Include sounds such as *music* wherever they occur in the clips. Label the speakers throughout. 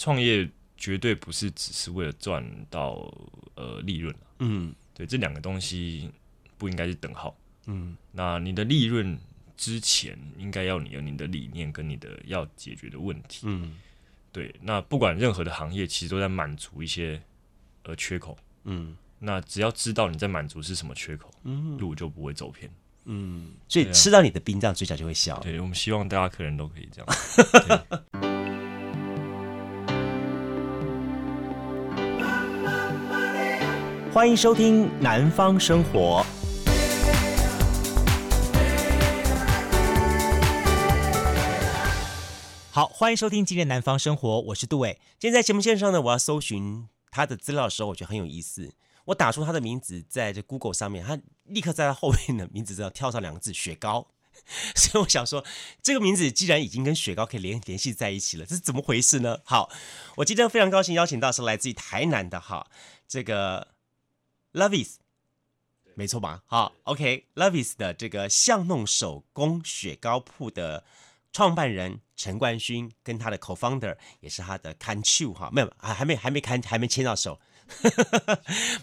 Speaker 1: 创业绝对不是只是为了赚到呃利润，
Speaker 2: 嗯
Speaker 1: 对，这两个东西不应该是等号。
Speaker 2: 嗯
Speaker 1: 那你的利润之前，应该要你有你的理念跟你的要解决的问题。
Speaker 2: 嗯
Speaker 1: 对，那不管任何的行业，其实都在满足一些呃缺口。
Speaker 2: 嗯
Speaker 1: 那只要知道你在满足是什么缺口，
Speaker 2: 嗯
Speaker 1: 路就不会走偏。
Speaker 2: 嗯，所以
Speaker 1: 对啊
Speaker 2: 吃到你的冰杖，嘴角就会笑。
Speaker 1: 对我们希望大家客人都可以这样。
Speaker 2: 欢迎收听《南方生活》。好，欢迎收听今天的《南方生活》，我是杜伟。今天在节目线上呢，我要搜寻他的资料的时候，我觉得很有意思。我打出他的名字，在这 Google 上面，他立刻在他后面的名字上跳上两个字“雪糕”， *laughs* 所以我想说，这个名字既然已经跟雪糕可以联联系在一起了，这是怎么回事呢？好，我今天非常高兴邀请到是来自于台南的哈，这个 Lovis，没错吧？好，OK，Lovis、的这个巷弄手工雪糕铺的创办人陈冠勋跟他的 co-founder 也是他的 can t o 哈，没有，还还没还没看还没牵到手。 *laughs*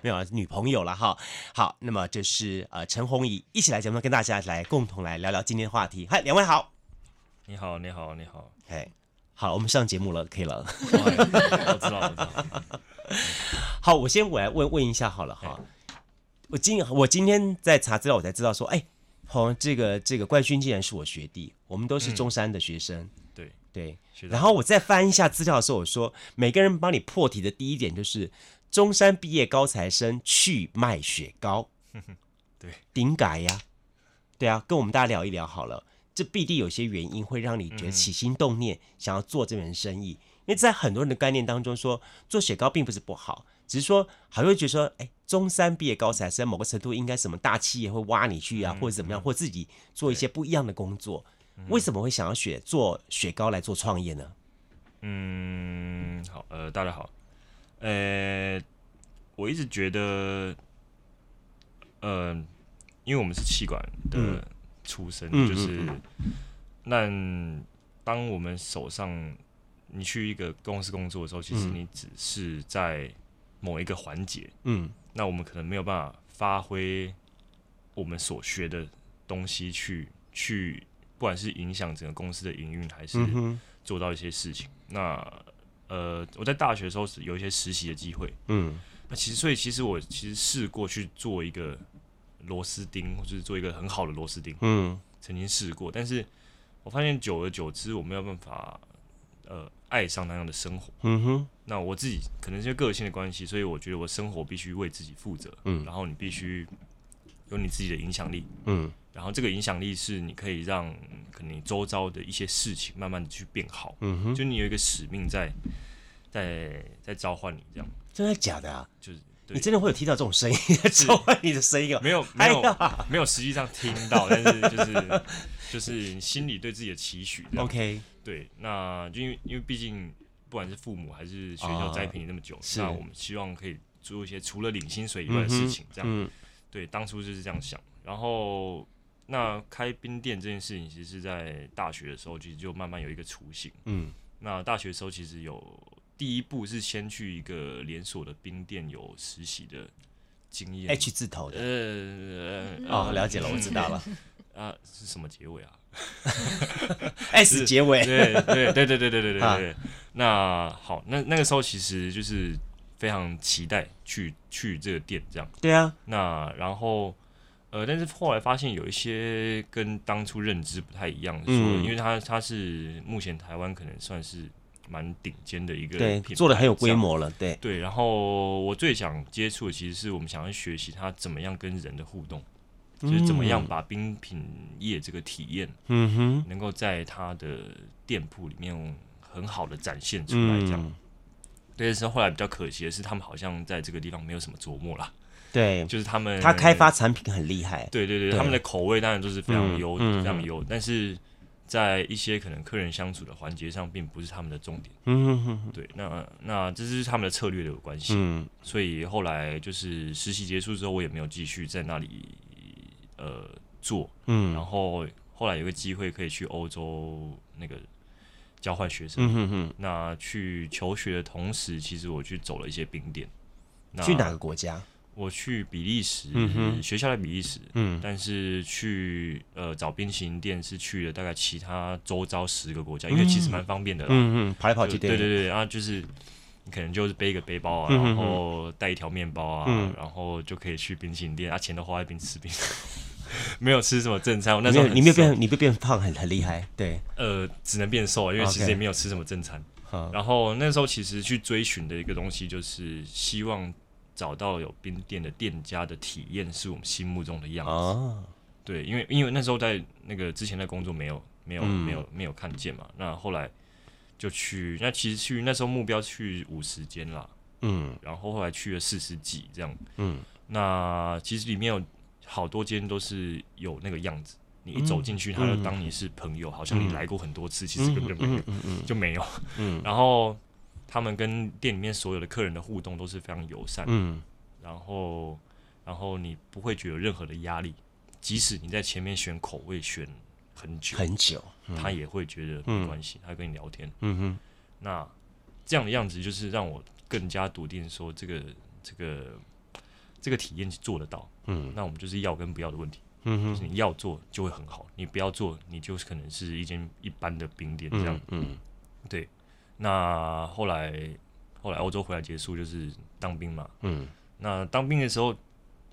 Speaker 2: 没有啊女朋友了哈，好，那么就是呃陈红怡一起来节目中跟大家来共同来聊聊今天的话题。嗨，两位好，
Speaker 1: 你好，你好，你好。
Speaker 2: 哎，好，我们上节目了，可以了。 *laughs*
Speaker 1: 我知道，我知道。
Speaker 2: 好，我先我来问问一下好了哈。我今我今天在查资料，我才知道说，哎、好、这个这个冠勋竟然是我学弟，我们都是中山的学生。
Speaker 1: 对，
Speaker 2: 对，
Speaker 1: 学长
Speaker 2: 然后我再翻一下资料的时候，我说每个人帮你破题的第一点就是中山毕业高材生去卖雪糕，
Speaker 1: 对，
Speaker 2: 顶改呀，对啊，跟我们大家聊一聊好了。这必定有些原因会让你觉得起心动念、想要做这门生意，因为在很多人的概念当中说做雪糕并不是不好，只是说还会觉得说，哎，中山毕业高材生某个程度应该什么大企业会挖你去啊，或者怎么样，或自己做一些不一样的工作。为什么会想要学做雪糕来做创业呢？
Speaker 1: 嗯，好，呃，大家好，呃，我一直觉得，呃，因为我们是气管的
Speaker 2: 嗯
Speaker 1: 出身，
Speaker 2: 嗯
Speaker 1: 就
Speaker 2: 嗯
Speaker 1: 是，那、当我们手上你去一个公司工作的时候，其实
Speaker 2: 嗯
Speaker 1: 你只是在某一个环节，
Speaker 2: 嗯
Speaker 1: 那我们可能没有办法发挥我们所学的东西去去，不管是影响整个公司的营运，还是、
Speaker 2: 嗯哼
Speaker 1: 做到一些事情。那呃，我在大学的时候是有一些实习的机会，
Speaker 2: 嗯
Speaker 1: 那其实所以其实我其实试过去做一个螺丝钉，或者是做一个很好的螺丝钉，
Speaker 2: 嗯
Speaker 1: 曾经试过，但是我发现久而久之我没有办法呃爱上那样的生活。
Speaker 2: 嗯哼
Speaker 1: 那我自己可能是因为个性的关系，所以我觉得我生活必须为自己负责，
Speaker 2: 嗯
Speaker 1: 然后你必须有你自己的影响力，
Speaker 2: 嗯
Speaker 1: 然后这个影响力是你可以让可能你周遭的一些事情慢慢的去变好。
Speaker 2: 嗯哼，
Speaker 1: 就你有一个使命在在在召唤你，这样
Speaker 2: 真的假的啊？ *laughs*
Speaker 1: 就是对
Speaker 2: 你真的会有听到这种声音， *laughs* 召唤你的声音啊？
Speaker 1: 没有没
Speaker 2: 哎
Speaker 1: 有、
Speaker 2: 呀
Speaker 1: 没有实际上听到，但
Speaker 2: *laughs*
Speaker 1: 是就是就是你心里对自己的期许这样。
Speaker 2: OK，
Speaker 1: 对，那就因为因为毕竟不管是父母还是学校
Speaker 2: 啊
Speaker 1: 栽培你那么久，
Speaker 2: 是
Speaker 1: 那我们希望可以做一些除了领薪水以外的
Speaker 2: 嗯
Speaker 1: 事
Speaker 2: 哼
Speaker 1: 情，这样、
Speaker 2: 嗯
Speaker 1: 对，当初就是这样想。然后那开冰店这件事情，其实是在大学的时候其实就慢慢有一个雏形。
Speaker 2: 嗯
Speaker 1: 那大学的时候其实有第一步是先去一个连锁的冰店有实习的经验。
Speaker 2: ，H 字头的
Speaker 1: 呃
Speaker 2: 哎哦，了解了，我知道。 *laughs*
Speaker 1: 呃 *laughs*
Speaker 2: 了
Speaker 1: 啊，是什么结尾啊？ *laughs*
Speaker 2: ，S 结尾，
Speaker 1: 对对对对对对对对
Speaker 2: 啊
Speaker 1: 对。那好，那那个时候其实就是非常期待去去这个店这样。
Speaker 2: 对啊，
Speaker 1: 那然后呃，但是后来发现有一些跟当初认知不太一样，说
Speaker 2: 嗯
Speaker 1: 因为它它是目前台湾可能算是蛮顶尖的一个
Speaker 2: 对，
Speaker 1: 品牌
Speaker 2: 做的很有
Speaker 1: 这
Speaker 2: 规
Speaker 1: 样
Speaker 2: 模了，对，
Speaker 1: 对，然后我最想接触的其实是我们想要学习它怎么样跟人的互动，就是怎么样把冰品业这个体验
Speaker 2: 嗯哼，
Speaker 1: 能够在它的店铺里面很好的展现出来，这样。
Speaker 2: 嗯，
Speaker 1: 对，但是后来比较可惜的是，他们好像在这个地方没有什么琢磨啦，
Speaker 2: 对，
Speaker 1: 就是他们
Speaker 2: 他开发产品很厉害，
Speaker 1: 对对对，
Speaker 2: 对
Speaker 1: 他们的口味当然都是非常
Speaker 2: 嗯
Speaker 1: 优、
Speaker 2: 嗯
Speaker 1: 非常优，但是在一些可能客人相处的环节上，并不是他们的重点。
Speaker 2: 嗯哼
Speaker 1: 对，那那这是他们的策略的有关系。
Speaker 2: 嗯
Speaker 1: 所以后来就是实习结束之后，我也没有继续在那里呃做，
Speaker 2: 嗯
Speaker 1: 然后后来有个机会可以去欧洲那个交换学生。
Speaker 2: 嗯哼哼，
Speaker 1: 那去求学的同时，其实我去走了一些冰点。那
Speaker 2: 去哪个国家？
Speaker 1: 我去比利时，
Speaker 2: 嗯哼
Speaker 1: 学校在比利时，
Speaker 2: 嗯
Speaker 1: 但是去呃找冰淇淋店是去了大概其他周遭十个国家，因为其实蛮方便的啦。
Speaker 2: 嗯嗯，跑来跑
Speaker 1: 就
Speaker 2: 去
Speaker 1: 对
Speaker 2: 对
Speaker 1: 对对，啊，就是你可能就是背一个背包啊，
Speaker 2: 嗯哼
Speaker 1: 然后带一条面包啊，
Speaker 2: 嗯
Speaker 1: 然后就可以去冰淇淋店，啊，钱都花在冰吃冰， *laughs* 没有吃什么正餐。我那
Speaker 2: 你
Speaker 1: 时候
Speaker 2: 没有你没
Speaker 1: 很
Speaker 2: 有
Speaker 1: 瘦
Speaker 2: 变，你没有变胖，很很厉害，对，
Speaker 1: 呃，只能变瘦，因为其
Speaker 2: OK
Speaker 1: 实也没有吃什么正餐。
Speaker 2: 好，
Speaker 1: 然后那时候其实去追寻的一个东西，就是希望找到有冰店的店家的体验是我们心目中的样子。
Speaker 2: 哦，
Speaker 1: 对，因为因为那时候在那个之前在工作没有没有
Speaker 2: 嗯
Speaker 1: 没有没有看见嘛，那后来就去，那其实去那时候目标去五十间啦，
Speaker 2: 嗯
Speaker 1: 然后后来去了四十几这样，
Speaker 2: 嗯，
Speaker 1: 那其实里面有好多间都是有那个样子，你
Speaker 2: 嗯
Speaker 1: 一走进去，他就当你是朋友，好像你来过很多次，其实根本没有
Speaker 2: 嗯嗯嗯
Speaker 1: 就没有，
Speaker 2: 嗯
Speaker 1: *laughs* 然后他们跟店里面所有的客人的互动都是非常友善，
Speaker 2: 嗯
Speaker 1: 然后然后你不会觉得有任何的压力，即使你在前面选口味选很久，
Speaker 2: 很嗯久，
Speaker 1: 他也会觉得没关系，他跟你聊天。
Speaker 2: 嗯哼，
Speaker 1: 那这样的样子就是让我更加笃定说这个这个这个体验是做得到。
Speaker 2: 嗯，
Speaker 1: 那我们就是要跟不要的问题，
Speaker 2: 嗯
Speaker 1: 就是你要做就会很好，你不要做你就是可能是一间一般的冰店这样。
Speaker 2: 嗯
Speaker 1: 对，那后来后来欧洲回来结束就是当兵嘛，
Speaker 2: 嗯
Speaker 1: 那当兵的时候，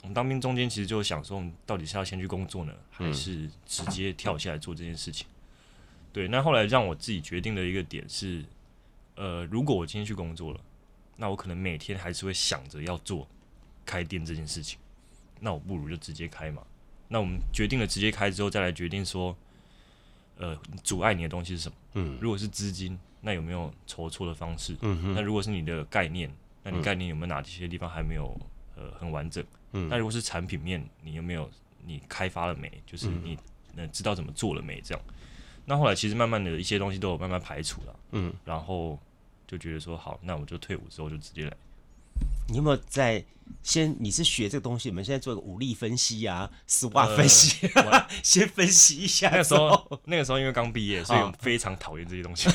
Speaker 1: 我们当兵中间其实就想说，我们到底是要先去工作呢，还是直接跳下来做这件事情？对，那后来让我自己决定的一个点是，呃，如果我今天去工作了，那我可能每天还是会想着要做开店这件事情，那我不如就直接开嘛。那我们决定了直接开之后，再来决定说，呃，阻碍你的东西是什么？
Speaker 2: 嗯
Speaker 1: 如果是资金，那有没有筹措的方式？
Speaker 2: 嗯哼
Speaker 1: 那如果是你的概念，那你概念有没有哪些地方还没有呃很完整？
Speaker 2: 嗯
Speaker 1: 那如果是产品面，你有没有你开发了没？就是
Speaker 2: 嗯
Speaker 1: 你呃知道怎么做了没？这样。那后来其实慢慢的一些东西都有慢慢排除了，
Speaker 2: 嗯，
Speaker 1: 然后就觉得说好，那我就退伍之后就直接
Speaker 2: *laughs*
Speaker 1: 来。
Speaker 2: 你有没有在先？你是学这个东西，我们现在做一个武力分析啊，SWOT 分析、啊 *laughs* 先分析一下。
Speaker 1: 呃那个时候那个时候因为刚毕业，
Speaker 2: 啊
Speaker 1: 所以我非常讨厌这些东西。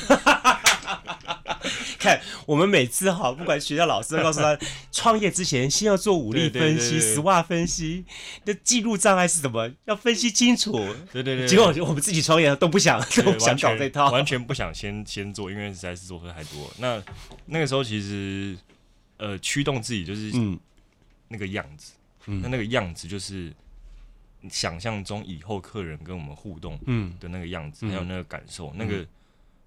Speaker 2: 看我们每次哈，不管学校老师都告诉他，创业之前先要做武
Speaker 1: 对
Speaker 2: 力
Speaker 1: 对
Speaker 2: 分
Speaker 1: 对
Speaker 2: 析、
Speaker 1: 对
Speaker 2: SWOT 分析，那记录障碍是什么？要分析清楚。
Speaker 1: 对对对，
Speaker 2: 结果我们自己创业都不想， *laughs* 都
Speaker 1: 对
Speaker 2: 不想
Speaker 1: 完全
Speaker 2: 搞这套。
Speaker 1: 完全不想先先做，因为实在是做的太多了。那那个时候其实呃驱动自己就是
Speaker 2: 嗯
Speaker 1: 那个样子，那那个样子就是你想象中以后客人跟我们互动
Speaker 2: 嗯
Speaker 1: 的那个样子，还有那个感受，那个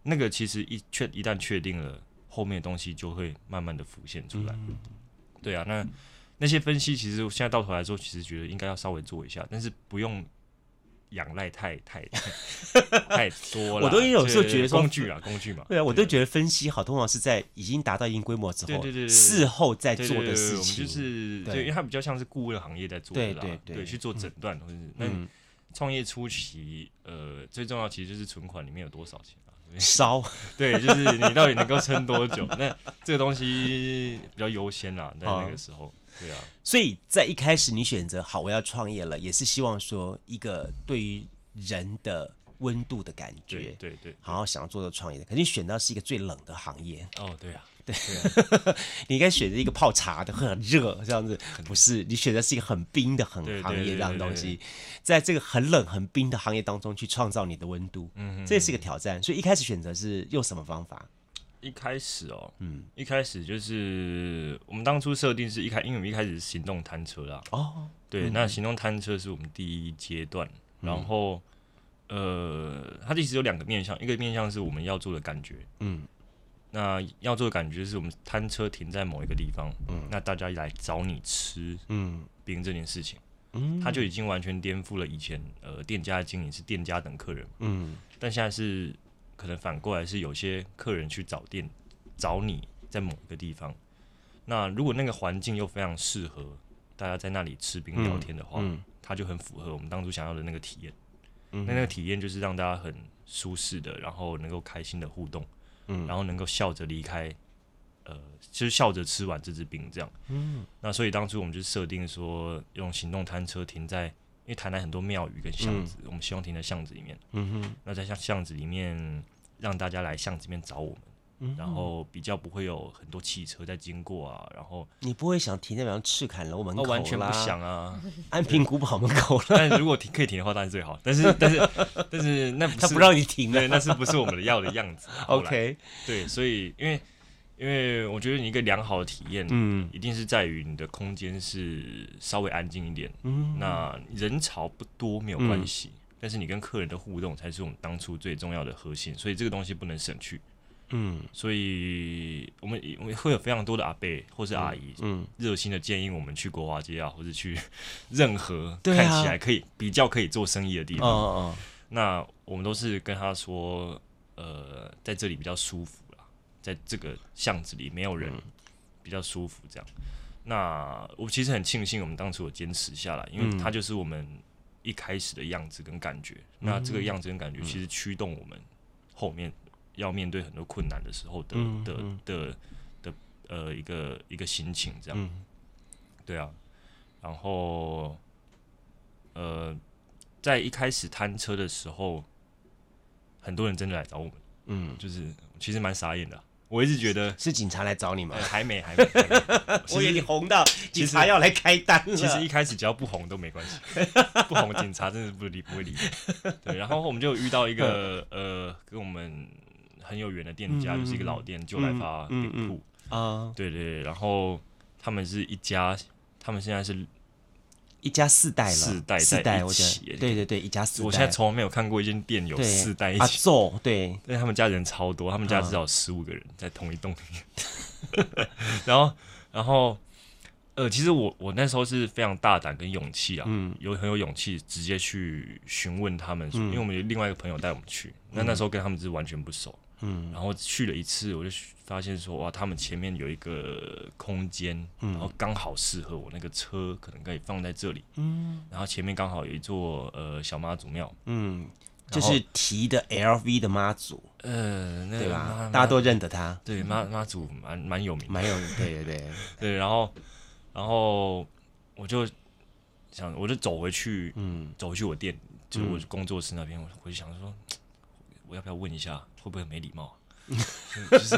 Speaker 1: 那个其实一确一旦确定了，后面的东西就会慢慢的浮现出来。对啊，那那些分析其实我现在到头来之后，其实觉得应该要稍微做一下，但是不用。仰赖太太太多了，
Speaker 2: 我都有时候觉得说
Speaker 1: 工具啊，工具嘛，
Speaker 2: 对啊，我都觉得分析好，通常是在已经达到一定规模之后，
Speaker 1: 对对对对对
Speaker 2: 事后再
Speaker 1: 对
Speaker 2: 做的
Speaker 1: 对对
Speaker 2: 事
Speaker 1: 对我们
Speaker 2: 情。
Speaker 1: 就是
Speaker 2: 对
Speaker 1: 对，因为它比较像是顾问行业在做的啦，
Speaker 2: 对对对
Speaker 1: 去做诊断或者是那
Speaker 2: 嗯
Speaker 1: 创业初期，呃，最重要其实就是存款里面有多少钱啊。
Speaker 2: 烧，
Speaker 1: 对，就是你到底能够撑多久？那这个东西比较优先啦，在那个时候，对啊，
Speaker 2: 所以在一开始你选择好我要创业了，也是希望说一个对于人的温度的感
Speaker 1: 对
Speaker 2: 觉，
Speaker 1: 对对，
Speaker 2: 好好想要做做创业的。可是你选到是一个最冷的行业，
Speaker 1: 哦对啊，
Speaker 2: 你应该选择一个泡茶的，很热这样子，不是？你选择是一个很冰的很
Speaker 1: 对对
Speaker 2: 行业
Speaker 1: 对
Speaker 2: 这样的
Speaker 1: 对对
Speaker 2: 东西，在这个很冷很冰的行业当中去创造你的温度，嗯，这也是一个挑战。所以一开始选择是用什么方法？
Speaker 1: 一开始哦，嗯，一开始就是我们当初设定是一开，因为我们一开始是行动摊车啦，
Speaker 2: 哦，
Speaker 1: 对，那行动摊车是我们第一阶段，然后、呃，它其实有两个面向，一个面向是我们要做的感觉，
Speaker 2: 嗯，
Speaker 1: 那要做的感觉就是我们摊车停在某一个地方，嗯，那大家来找你吃
Speaker 2: 嗯
Speaker 1: 冰这件事情，
Speaker 2: 嗯
Speaker 1: 它就已经完全颠覆了以前呃店家的经营是店家等客人，
Speaker 2: 嗯
Speaker 1: 但现在是可能反过来是有些客人去找店找你在某一个地方，那如果那个环境又非常适合大家在那里吃冰聊天的话，
Speaker 2: 嗯
Speaker 1: 它就很符合我们当初想要的那个体验。那那个体验就是让大家很舒适的，然后能够开心的互动，
Speaker 2: 嗯
Speaker 1: 然后能够笑着离开，呃，就是笑着吃完这支冰这样。
Speaker 2: 嗯
Speaker 1: 那所以当初我们就设定说，用行动摊车停在，嗯因为台南很多庙宇跟巷子，我们希望停在巷子里面。
Speaker 2: 嗯哼
Speaker 1: 那在巷巷子里面，让大家来巷子里面找我们，然后比较不会有很多汽车在经过啊，然后
Speaker 2: 你不会想停在比方赤坎楼门口
Speaker 1: 哦
Speaker 2: 啦，
Speaker 1: 完全不想啊。
Speaker 2: 安平古堡门
Speaker 1: *laughs*
Speaker 2: 口了，
Speaker 1: 但如果停可以停的话，当然最好。但
Speaker 2: *laughs*
Speaker 1: 是但是但是那不
Speaker 2: 他
Speaker 1: 是
Speaker 2: 不让你停
Speaker 1: 对，
Speaker 2: 了。
Speaker 1: 那是不是我们的要的样
Speaker 2: *laughs*
Speaker 1: 子后来
Speaker 2: OK，
Speaker 1: 对，所以因为因为我觉得你一个良好的体验，
Speaker 2: 嗯
Speaker 1: 一定是在于你的空间是稍微安静一点，
Speaker 2: 嗯，
Speaker 1: 那人潮不多没有关系，但是你跟客人的互动才是我们当初最重要的核心，所以这个东西不能省去。
Speaker 2: 嗯
Speaker 1: 所以我们我们会有非常多的阿伯或是阿姨
Speaker 2: 嗯，
Speaker 1: 热心的建议我们去国华街啊，或者去 *laughs* 任何
Speaker 2: 对
Speaker 1: 看
Speaker 2: 啊
Speaker 1: 起来可以比较可以做生意的地
Speaker 2: 哦
Speaker 1: 方。
Speaker 2: 哦，
Speaker 1: 那我们都是跟他说，呃，在这里比较舒服啦，在这个巷子里没有
Speaker 2: 嗯
Speaker 1: 人，比较舒服这样。那我其实很庆幸我们当初有坚持下来，因
Speaker 2: 嗯
Speaker 1: 为它就是我们一开始的样子跟感觉。那这个样子跟感觉其
Speaker 2: 嗯
Speaker 1: 实驱动我们后面要面对很多困难的时候的、
Speaker 2: 嗯
Speaker 1: 的
Speaker 2: 嗯
Speaker 1: 的的呃一个一个心情这样。
Speaker 2: 嗯
Speaker 1: 对啊，然后呃，在一开始摊车的时候，很多人真的来找我们，
Speaker 2: 嗯，
Speaker 1: 就是其实蛮傻眼的啊、我一直觉
Speaker 2: *laughs*
Speaker 1: 得、
Speaker 2: 是警察来找你吗
Speaker 1: 呃、？还没还没，还没
Speaker 2: 我
Speaker 1: 其
Speaker 2: 以为你
Speaker 1: 实
Speaker 2: 红到警察要来开单了。
Speaker 1: 其实一开始只要不红都没关系， *laughs* 不红警察真的不理不会理。对，然后我们就遇到一个呃跟我们很有缘的店家，
Speaker 2: 嗯
Speaker 1: 就是一个老店旧来发饼
Speaker 2: 嗯嗯嗯
Speaker 1: 铺，
Speaker 2: 啊，
Speaker 1: 对对对，然后他们是一家，他们现在是
Speaker 2: 一家四代了，
Speaker 1: 四代
Speaker 2: 四
Speaker 1: 在
Speaker 2: 代，
Speaker 1: 一
Speaker 2: 我觉
Speaker 1: 起
Speaker 2: 得对对对，一家四代。
Speaker 1: 我现在从来没有看过一间店有
Speaker 2: 对
Speaker 1: 四代一
Speaker 2: 啊
Speaker 1: 起，
Speaker 2: 揍对，
Speaker 1: 但他们家人超多，他们
Speaker 2: 嗯
Speaker 1: 家至少十五个人在同一栋里面。 *laughs* 然后，然后，呃，其实我我那时候是非常大胆跟勇气啊，
Speaker 2: 嗯
Speaker 1: 有很有勇气直接去询问他们，因为我们有另外一个朋友带我们去，那那时候跟他们是完全不熟，
Speaker 2: 嗯
Speaker 1: 然后去了一次，我就发现说哇，他们前面有一个空间，
Speaker 2: 嗯
Speaker 1: 然后刚好适合我那个车，可能可以放在这里，
Speaker 2: 嗯
Speaker 1: 然后前面刚好有一座呃小妈祖庙。
Speaker 2: 嗯，就是提的 LV 的妈祖
Speaker 1: 呃，那
Speaker 2: 对
Speaker 1: 个
Speaker 2: 吧
Speaker 1: 妈？
Speaker 2: 大家
Speaker 1: 妈
Speaker 2: 都认得他，
Speaker 1: 对妈妈祖蛮蛮有名的，
Speaker 2: 蛮有对对
Speaker 1: *laughs*
Speaker 2: 对，
Speaker 1: 对，然后然后我就想，我就走回去，
Speaker 2: 嗯
Speaker 1: 走回去我店，就是我工作室那边，我我就想说，我要不要问一下，会不会很没礼
Speaker 2: *laughs*
Speaker 1: 貌啊？就是，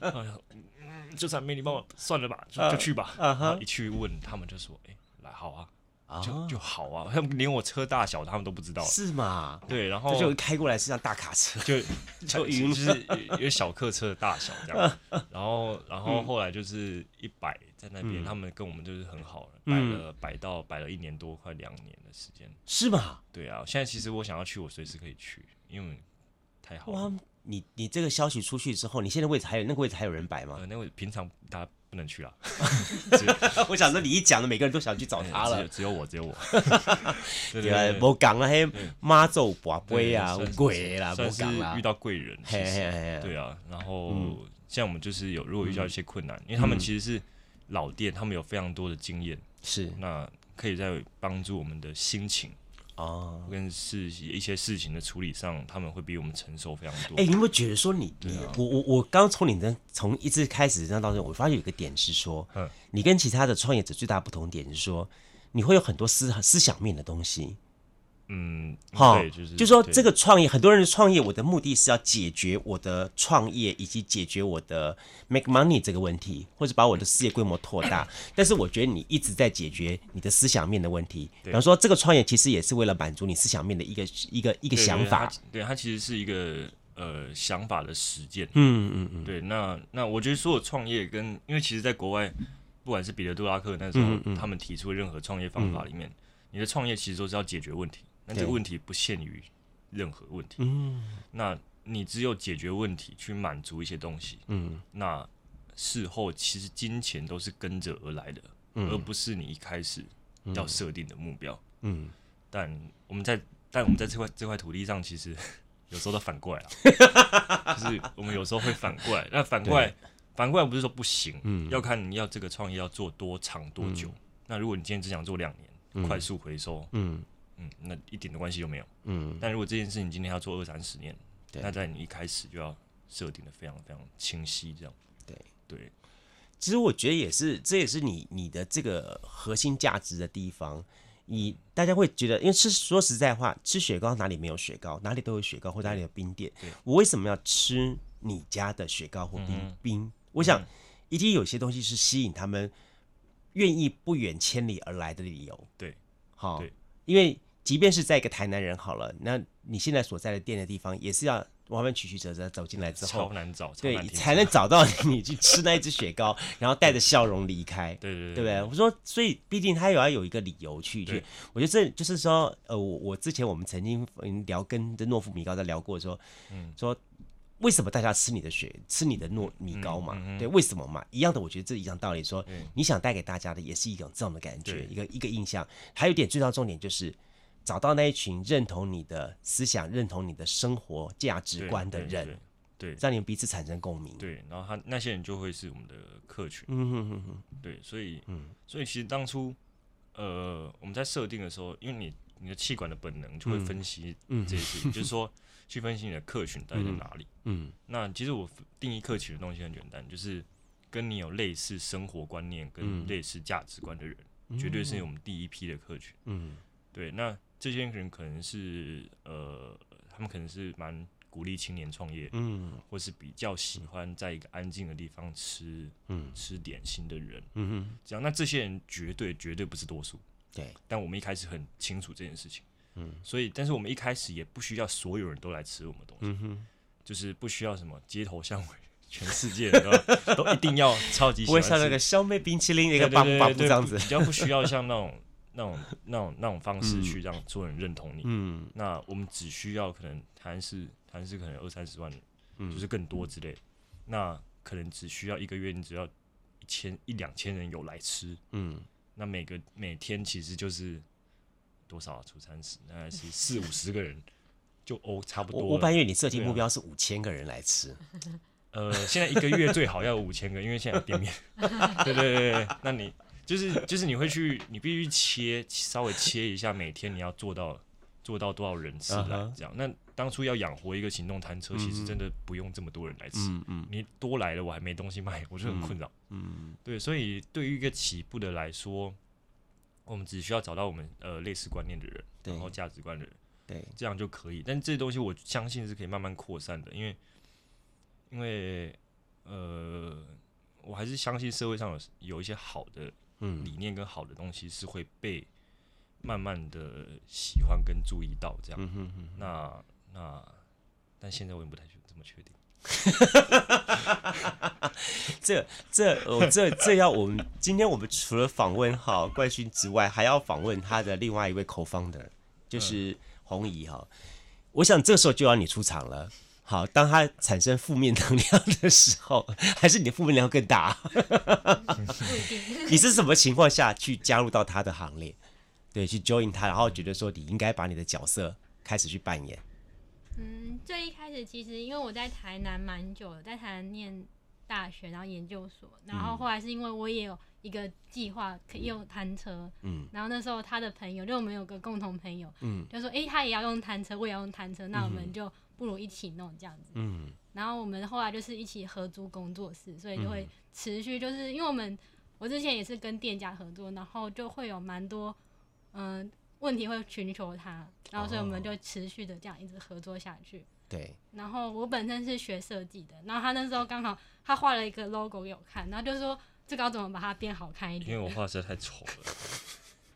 Speaker 1: 然后我想嗯就算没礼貌，算了吧，就就去吧。
Speaker 2: 啊哈
Speaker 1: 然后一去问，他们就说，哎，来好啊，
Speaker 2: 啊，
Speaker 1: 就就好啊， *laughs* 他们连我车大小他们都不知道。
Speaker 2: 是嘛？
Speaker 1: 对，然后
Speaker 2: 这就开过来是辆大卡车，
Speaker 1: 就
Speaker 2: 就
Speaker 1: 就
Speaker 2: 晕
Speaker 1: 就是有有小客车的大小这
Speaker 2: *laughs*
Speaker 1: 样。然后然
Speaker 2: 嗯
Speaker 1: 后后来就是一摆在那边，他们跟我们就是很好
Speaker 2: 嗯
Speaker 1: 了，摆了摆到摆了一年多，快两年的时间。
Speaker 2: 是嘛？
Speaker 1: 对啊，现在其实我想要去，我随时可以去，因为太好
Speaker 2: 哇
Speaker 1: 了。，
Speaker 2: 你你这个消息出去之后，你现在位置还有那个位置还有人摆吗？
Speaker 1: 呃，那我平常大家不能去啦，哎
Speaker 2: *laughs* 我想说你一讲的，每个人都想去找他
Speaker 1: 只有
Speaker 2: 了。
Speaker 1: 只有我，只
Speaker 2: *laughs*
Speaker 1: 有我。对
Speaker 2: 对
Speaker 1: 对
Speaker 2: 啊
Speaker 1: 对，对
Speaker 2: 无讲啊，嘿，妈祖跋杯啊，有
Speaker 1: 算是
Speaker 2: 鬼的啦，
Speaker 1: 算
Speaker 2: 无
Speaker 1: 是
Speaker 2: 讲啦
Speaker 1: 遇。到贵人，其
Speaker 2: 嘿
Speaker 1: 实
Speaker 2: 嘿嗯嘿，
Speaker 1: 对啊，然后像我们就是有如果遇到一些困难，因为他们
Speaker 2: 嗯
Speaker 1: 其实是老店，他们有非常多的经验，
Speaker 2: 是
Speaker 1: 那可以在帮助我们的心情
Speaker 2: 哦。
Speaker 1: 跟事一些事情的处理上，他们会比我们成熟非常多。
Speaker 2: 哎、你有没有觉得说你你、
Speaker 1: 啊
Speaker 2: 我我我刚从你的从一直开始这样到这，我发现有一个点是说
Speaker 1: 嗯，
Speaker 2: 你跟其他的创业者最大不同点是说，你会有很多思思想面的东西，
Speaker 1: 嗯，
Speaker 2: 哈，
Speaker 1: 对，就是
Speaker 2: 说这
Speaker 1: 个
Speaker 2: 个创业，很多人创业，我的目的是要解决我的创业以及解决我的 make money 这个问题，或者把我的事业规模扩
Speaker 1: *laughs*
Speaker 2: 大。但是我觉得你一直在解决你的思想面的问题，比方说这个创业其实也是为了满足你思想面的一个一个一个想法。，
Speaker 1: 对它对它其实是一个呃想法的实践。
Speaker 2: 嗯嗯嗯，
Speaker 1: 对，那那我觉得所有创业跟，因为其实在国外，不管是彼得杜拉克那
Speaker 2: 嗯
Speaker 1: 时候、他们提出的任何创业方法里面，你的创业其实都是要解决问题，那这个
Speaker 2: 对
Speaker 1: 问题不限于任何问题。嗯，那你只有解决问题，去满足一些东西。嗯，那事后其实金钱都是跟着而来的，而不是你一开始要设定的目标。
Speaker 2: 嗯，
Speaker 1: 但我们在但我们在这块这块土地上，其实 *laughs* 有时候都反过来了，就是我们有时候会反过来。那反过来，反过来不是说不行，
Speaker 2: 嗯
Speaker 1: 要看你要这个创业要做多长多久。那如果你今天只想做两年，快速回收，
Speaker 2: 嗯
Speaker 1: 嗯，那一点的关系都没有。
Speaker 2: 嗯，
Speaker 1: 但如果这件事情今天要做二三十年，
Speaker 2: 对
Speaker 1: 那在你一开始就要设定的非常非常清晰，这样。
Speaker 2: 对
Speaker 1: 对，
Speaker 2: 其实我觉得也是，这也是你你的这个核心价值的地方。你大家会觉得，因为吃说实在话，吃雪糕哪里没有雪糕，哪里都有雪糕或哪里有冰店
Speaker 1: 对。嗯
Speaker 2: 我为什么要吃你家的雪糕或冰、冰？我想，一定有些东西是吸引他们愿意不远千里而来的理由。
Speaker 1: 对，
Speaker 2: 好
Speaker 1: 对，
Speaker 2: 因为即便是在一个台南人好了，那你现在所在的店的地方也是要弯弯曲曲折折走进来之
Speaker 1: 超
Speaker 2: 后，
Speaker 1: 难找，超
Speaker 2: 对，
Speaker 1: 难
Speaker 2: 你
Speaker 1: 听
Speaker 2: 才能找到 *laughs* 你去吃那一只雪糕，然后带着笑容离开。
Speaker 1: 对对
Speaker 2: 对不对？我说，所以毕竟他也要有一个理由去去
Speaker 1: 对。
Speaker 2: 我觉得这就是说，呃，我我之前我们曾经嗯聊跟这诺夫米糕在聊过说，嗯，说为什么大家吃你的雪，吃你的诺米糕
Speaker 1: 嗯
Speaker 2: 嘛？对，为什么嘛？一样的，我觉得这一样道理说，你想带给大家的也是一种这样的感觉，
Speaker 1: 对
Speaker 2: 一个一个印象。还有一点最大重点就是。找到那一群认同你的思想、认同你的生活价值
Speaker 1: 对
Speaker 2: 观的
Speaker 1: 对
Speaker 2: 人，
Speaker 1: 对对
Speaker 2: 让你们彼此产生共鸣。
Speaker 1: 对，然后他那些人就会是我们的客群，
Speaker 2: 嗯哼哼哼，
Speaker 1: 对，所以所以其实当初呃我们在设定的时候，因为你你的气管的本能就会分析这些事情，就是说去分析你的客群到底在哪里。
Speaker 2: 嗯
Speaker 1: 那其实我定义客群的东西很简单，就是跟你有类似生活观念跟类似价值观的人，绝对是我们第一批的客群。
Speaker 2: 嗯
Speaker 1: 对，那这些人可能是呃，他们可能是蛮鼓励青年创业，
Speaker 2: 嗯
Speaker 1: 或是比较喜欢在一个安静的地方吃
Speaker 2: 嗯
Speaker 1: 吃点心的人。
Speaker 2: 嗯哼，
Speaker 1: 这样，那这些人绝对绝对不是多数，
Speaker 2: 对，
Speaker 1: 但我们一开始很清楚这件事情。嗯，所以，但是我们一开始也不需要所有人都来吃我们的东西。
Speaker 2: 嗯哼。
Speaker 1: 就是不需要什么街头巷尾，全世界人都都一定要超级喜
Speaker 2: 不
Speaker 1: 欢
Speaker 2: 会
Speaker 1: 吃
Speaker 2: 像那个消灭冰淇淋
Speaker 1: 对
Speaker 2: 那个
Speaker 1: 对
Speaker 2: 巴布
Speaker 1: 对
Speaker 2: 巴
Speaker 1: 对
Speaker 2: 布
Speaker 1: 对啊
Speaker 2: 这样子
Speaker 1: 比。较不需要像那
Speaker 2: *laughs*
Speaker 1: 种那种那种那种方式去让所有人认同你。
Speaker 2: 嗯
Speaker 1: 那我们只需要可能韩式韩式可能二三十万人，
Speaker 2: 嗯
Speaker 1: 就是更多之类。那可能只需要一个月，你只要一千一两千人有来吃，
Speaker 2: 嗯，
Speaker 1: 那每个每天其实就是多少啊除三十，大概是四五十个人，就哦差不
Speaker 2: 我
Speaker 1: 多了。
Speaker 2: 我本来以为你设定
Speaker 1: 对啊
Speaker 2: 目标是五千个人来吃，
Speaker 1: 呃，现在一个月最好要有五千个，因为现在有店面。 *laughs* 对对对对，那你就是就是你会去，你必须切稍微切一下，每天你要做到做到多少人次来、
Speaker 2: 嗯哼
Speaker 1: 这样。那当初要养活一个行动餐车，其实真的不用这么多人来吃，
Speaker 2: 嗯嗯
Speaker 1: 你多来了我还没东西卖，我就很困扰。
Speaker 2: 嗯
Speaker 1: 对，所以对于一个起步的来说，我们只需要找到我们呃类似观念的人，
Speaker 2: 对
Speaker 1: 然后价值观的人，
Speaker 2: 对，
Speaker 1: 这样就可以。但这东西我相信是可以慢慢扩散的，因为因为呃，我还是相信社会上有有一些好的
Speaker 2: 嗯
Speaker 1: 理念跟好的东西是会被慢慢的喜欢跟注意到这样。
Speaker 2: 嗯哼哼，
Speaker 1: 那那但现在我也不太确这么确定。
Speaker 2: 这这我、这 *laughs* 这要我们今天我们除了访问哈冠勋之外，还要访问他的另外一位 co-founder，就是
Speaker 1: 嗯
Speaker 2: 红怡哈。我想这时候就要你出场了。好，当他产生负面能量的时候，还是你的负面能量更大。啊 *laughs* 你是什么情况下去加入到他的行列？对，去 join 他，然后觉得说你应该把你的角色开始去扮演。
Speaker 3: 嗯，最一开始其实因为我在台南蛮久了，在台南念大学，然后研究所，然后后来是因为我也有一个计划，可以用摊车，
Speaker 2: 嗯，
Speaker 3: 然后那时候他的朋友，就我们有个共同朋友，
Speaker 2: 嗯，
Speaker 3: 就说，诶，他也要用摊车，我也要用摊车，那我们就不如一起弄这样子，
Speaker 2: 嗯
Speaker 3: 然后我们后来就是一起合租工作室，所以就会持续，就是因为我们我之前也是跟店家合作，然后就会有蛮多嗯、问题会寻求他，然后所以我们就持续的这样一直合作下去。
Speaker 2: 对，
Speaker 3: 然后我本身是学设计的，然后他那时候刚好他画了一个 logo 给我看，然后就说这个要怎么把它变好看一
Speaker 1: 因为
Speaker 3: 点。
Speaker 1: 我画实在太丑了， *laughs*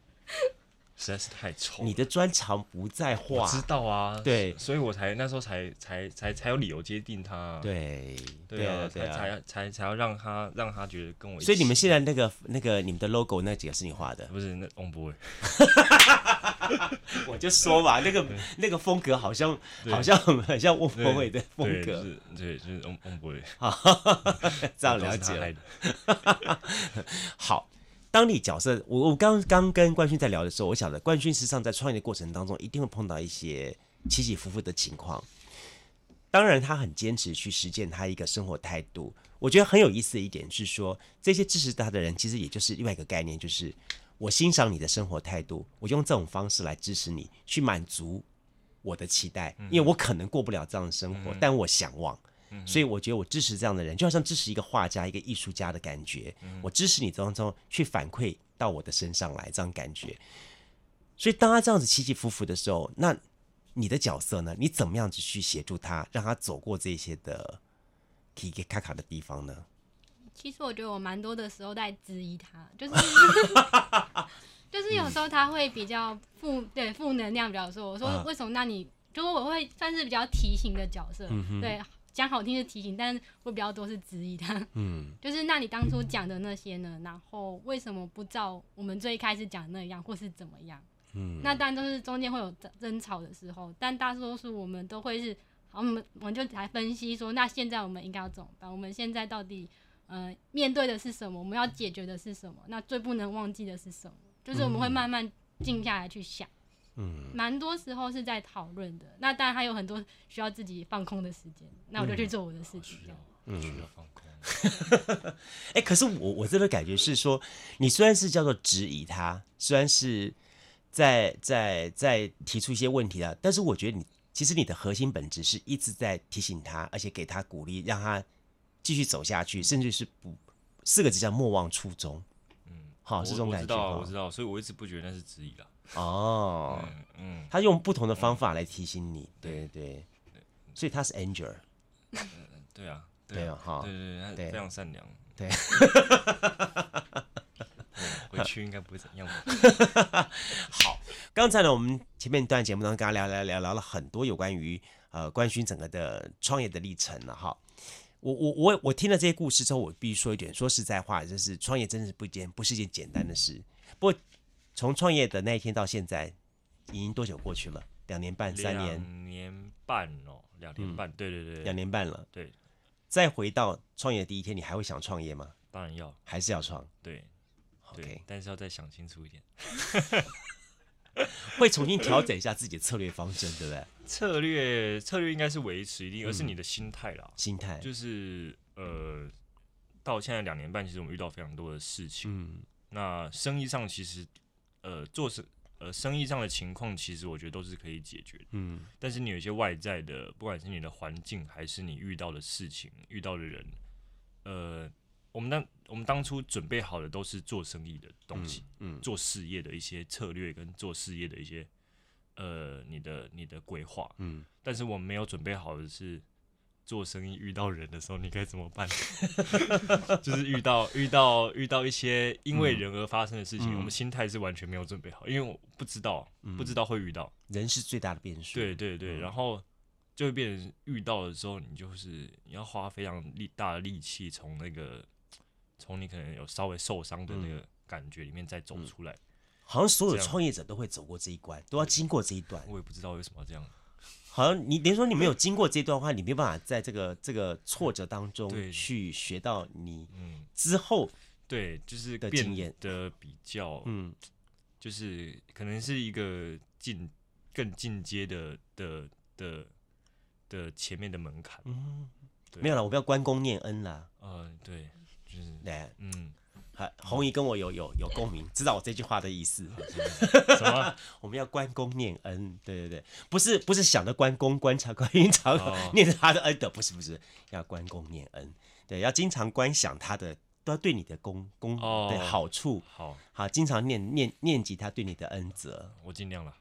Speaker 1: 实在是太丑了。
Speaker 2: 你的专长不在
Speaker 1: 我
Speaker 2: 画，
Speaker 1: 知道啊，
Speaker 2: 对
Speaker 1: 所以我才那时候才才才才有理由接定他、啊。
Speaker 2: 对
Speaker 1: 对
Speaker 2: 啊
Speaker 1: 啊，
Speaker 2: 对
Speaker 1: 才
Speaker 2: 啊。
Speaker 1: 才才才要让他让他觉得跟我一起。
Speaker 2: 所以你们现在那个那个你们的 logo 那几个是你画的？
Speaker 1: 不是那 on boy，
Speaker 2: *laughs* 我就说嘛，那个那个风格好像
Speaker 1: 对
Speaker 2: 好像很像翁博伟的风
Speaker 1: 对，就
Speaker 2: *laughs* 格，
Speaker 1: 是对，就是 on on boy，
Speaker 2: *laughs* 这样了
Speaker 1: 都是
Speaker 2: 解
Speaker 1: 他
Speaker 2: 了
Speaker 1: 害。的。
Speaker 2: 好，当你角色，我我刚刚跟冠勋在聊的时候，我晓得冠勋实际上在创业的过程当中，一定会碰到一些起起伏伏的情况。当然，他很坚持去实践他一个生活态度。我觉得很有意思的一点是说，这些支持他的人，其实也就是另外一个概念，就是我欣赏你的生活态度，我用这种方式来支持你，去满足我的期待，因为我可能过不了这样的生活，但我向往。所以我觉得我支持这样的人，就好像支持一个画家、一个艺术家的感觉。我支持你当中去反馈到我的身上来，这样感觉。所以当他这样子起起伏伏的时候，那你的角色呢？你怎么样子去协助他，让他走过这些的 k 给卡卡的地方呢？
Speaker 3: 其实我觉得我蛮多的时候在质疑他，就是 *laughs* 就是有时候他会比较负对负能量比较弱。我说
Speaker 2: 啊
Speaker 3: 为什么？那你就是我会算是比较提醒的角色，对，讲好听是提醒，但是我比较多是质疑他。
Speaker 2: 嗯，
Speaker 3: 就是那你当初讲的那些呢？然后为什么不照我们最开始讲的那样，或是怎么样？
Speaker 2: 嗯，
Speaker 3: 那当然都是中间会有争争吵的时候，但大多数我们都会是，好，我们我们就来分析说，那现在我们应该要怎么办？我们现在到底呃面对的是什么？我们要解决的是什么？那最不能忘记的是什么？就是我们会慢慢静下来去想。嗯，蛮多时候是在讨论的。那当然还有很多需要自己放空的时间，那我就去做我的事情。
Speaker 2: 嗯
Speaker 3: 这样
Speaker 1: 哦需要放空。
Speaker 2: 哎、可是我我这个感觉是说，你虽然是叫做质疑他，虽然是在在在提出一些问题啊，但是我觉得你其实你的核心本质是一直在提醒他，而且给他鼓励，让他继续走下去，甚至是不四个字叫莫忘初衷。嗯，好，
Speaker 1: 我
Speaker 2: 是这种
Speaker 1: 我
Speaker 2: 感
Speaker 1: 知
Speaker 2: 觉
Speaker 1: 道啊，
Speaker 2: 哈
Speaker 1: 我知道，所以我一直不觉得那是质疑啦。
Speaker 2: 哦。
Speaker 1: 嗯嗯，
Speaker 2: 他用不同的方法来提醒你，对对对，所以他是 angel，
Speaker 1: 对啊，
Speaker 2: 对
Speaker 1: 啊
Speaker 2: 啊，哈
Speaker 1: 对对对，
Speaker 2: 对
Speaker 1: 他非常善良。
Speaker 2: 对
Speaker 1: 嗯 *laughs* 回去应该不会怎样吧？
Speaker 2: 刚才呢，我们前面一段节目当中，跟大家聊聊聊聊了很多有关于呃关勋整个的创业的历程了哈。我我我我听了这些故事之后，我必须说一点，说实在话，就是创业真的是不简不是一件简单的事。不过从创业的那一天到现在，已经多久过去了？ *laughs* 两年半、三年、嗯
Speaker 1: 两年半哦，两年半，对对
Speaker 2: 两
Speaker 1: 对，
Speaker 2: 年半了。
Speaker 1: 对，
Speaker 2: 再回到创业的第一天，你还会想创业吗？
Speaker 1: 当然要
Speaker 2: 还是要创
Speaker 1: 对对
Speaker 2: ？OK，，
Speaker 1: 但是要再想清楚一点。
Speaker 2: 会重新调整一下自己的策略方针，对不对？
Speaker 1: 策略策略应该是维持一定，
Speaker 2: 嗯
Speaker 1: 而是你的心态啦。
Speaker 2: 心态，
Speaker 1: 就是呃，到现在两年半，其实我们遇到非常多的事情。
Speaker 2: 嗯
Speaker 1: 那生意上其实呃，做生呃生意上的情况，其实我觉得都是可以解决的。
Speaker 2: 嗯
Speaker 1: 但是你有一些外在的，不管是你的环境，还是你遇到的事情、遇到的人，呃，我们当我们当初准备好的都是做生意的东西，
Speaker 2: 嗯
Speaker 1: 做事业的一些策略跟做事业的一些呃你的你的规划，
Speaker 2: 嗯，
Speaker 1: 但是我们没有准备好的是。做生意遇到人的时候，你该怎么办？ *laughs* 就是遇到遇到遇到一些因为人而发生的事情，
Speaker 2: 嗯
Speaker 1: 我们心态是完全没有准备好，因为我不知道，不知道会遇到。
Speaker 2: 人是最大的变数。
Speaker 1: 对对对，
Speaker 2: 嗯
Speaker 1: 然后就会变成遇到的时候，你就是你要花非常力大的力气从那个从你可能有稍微受伤的那
Speaker 2: 嗯
Speaker 1: 个感觉里面再走出来。
Speaker 2: 好像所有
Speaker 1: 这样
Speaker 2: 创业者都会走过这一关，都要经过这一段。
Speaker 1: 我也不知道为什么要这样，
Speaker 2: 好像你连说你没有经过这一段的话，你没有办法在这个这个挫折当中
Speaker 1: 对
Speaker 2: 去学到你
Speaker 1: 嗯，
Speaker 2: 之后，
Speaker 1: 对，就是
Speaker 2: 的
Speaker 1: 变
Speaker 2: 经验
Speaker 1: 得比较，
Speaker 2: 嗯
Speaker 1: 就是可能是一个进更进阶的的的的前面的门槛。
Speaker 2: 嗯，
Speaker 1: 对
Speaker 2: 没有了，我不要关公念恩啦。
Speaker 1: 呃，对，就是
Speaker 2: 对，
Speaker 1: 嗯，
Speaker 2: 好，红姨跟我有有有共鸣，知道我这句话的
Speaker 1: *laughs*
Speaker 2: 意思。
Speaker 1: 什么？ *laughs*
Speaker 2: 我们要关公念恩，对对对，不是不是想着关公观察观音察
Speaker 1: 哦
Speaker 2: 念着他的恩德，不是不是，要关公念恩，对，要经常观想他的，都要对你的功功
Speaker 1: 哦
Speaker 2: 的好处，
Speaker 1: 好，
Speaker 2: 好，经常念念念及他对你的恩泽。
Speaker 1: 我尽量了。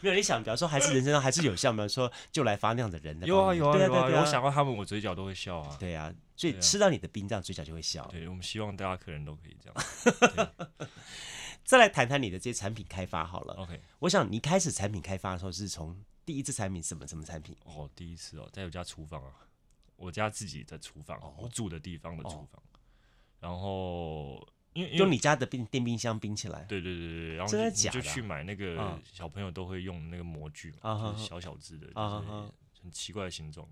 Speaker 2: 没有你想，比方说还是人生中还是有像，比方说就来发那样的人的，
Speaker 1: 有啊有啊
Speaker 2: 对
Speaker 1: 有啊！
Speaker 2: 对对，
Speaker 1: 我想到他们，我嘴角都会笑啊。
Speaker 2: 对啊，所
Speaker 1: 对
Speaker 2: 以
Speaker 1: 啊
Speaker 2: 吃到你的冰杖，嘴角就会笑。
Speaker 1: 对，我们希望大家客人都可以这样。
Speaker 2: 再来谈谈你的这些产品开发好了，
Speaker 1: OK， *laughs*
Speaker 2: 我想你开始产品开发的时候是从第一支产品什么什么产品？
Speaker 1: 哦，第一次哦，在我家厨房啊，我家自己的厨房，我住的地方的厨房。然后因为因为
Speaker 2: 用你家的冰电冰箱冰起来。
Speaker 1: 对对对对，然后
Speaker 2: 真的
Speaker 1: 你就
Speaker 2: 假
Speaker 1: 你就
Speaker 2: 的啊
Speaker 1: 去买那个
Speaker 2: 嗯
Speaker 1: 小朋友都会用的那个模具
Speaker 2: 啊
Speaker 1: 嘛，
Speaker 2: 哈
Speaker 1: 就
Speaker 2: 哈
Speaker 1: 是小小只的，
Speaker 2: 啊哈
Speaker 1: 就是
Speaker 2: 哈
Speaker 1: 很奇怪的形状，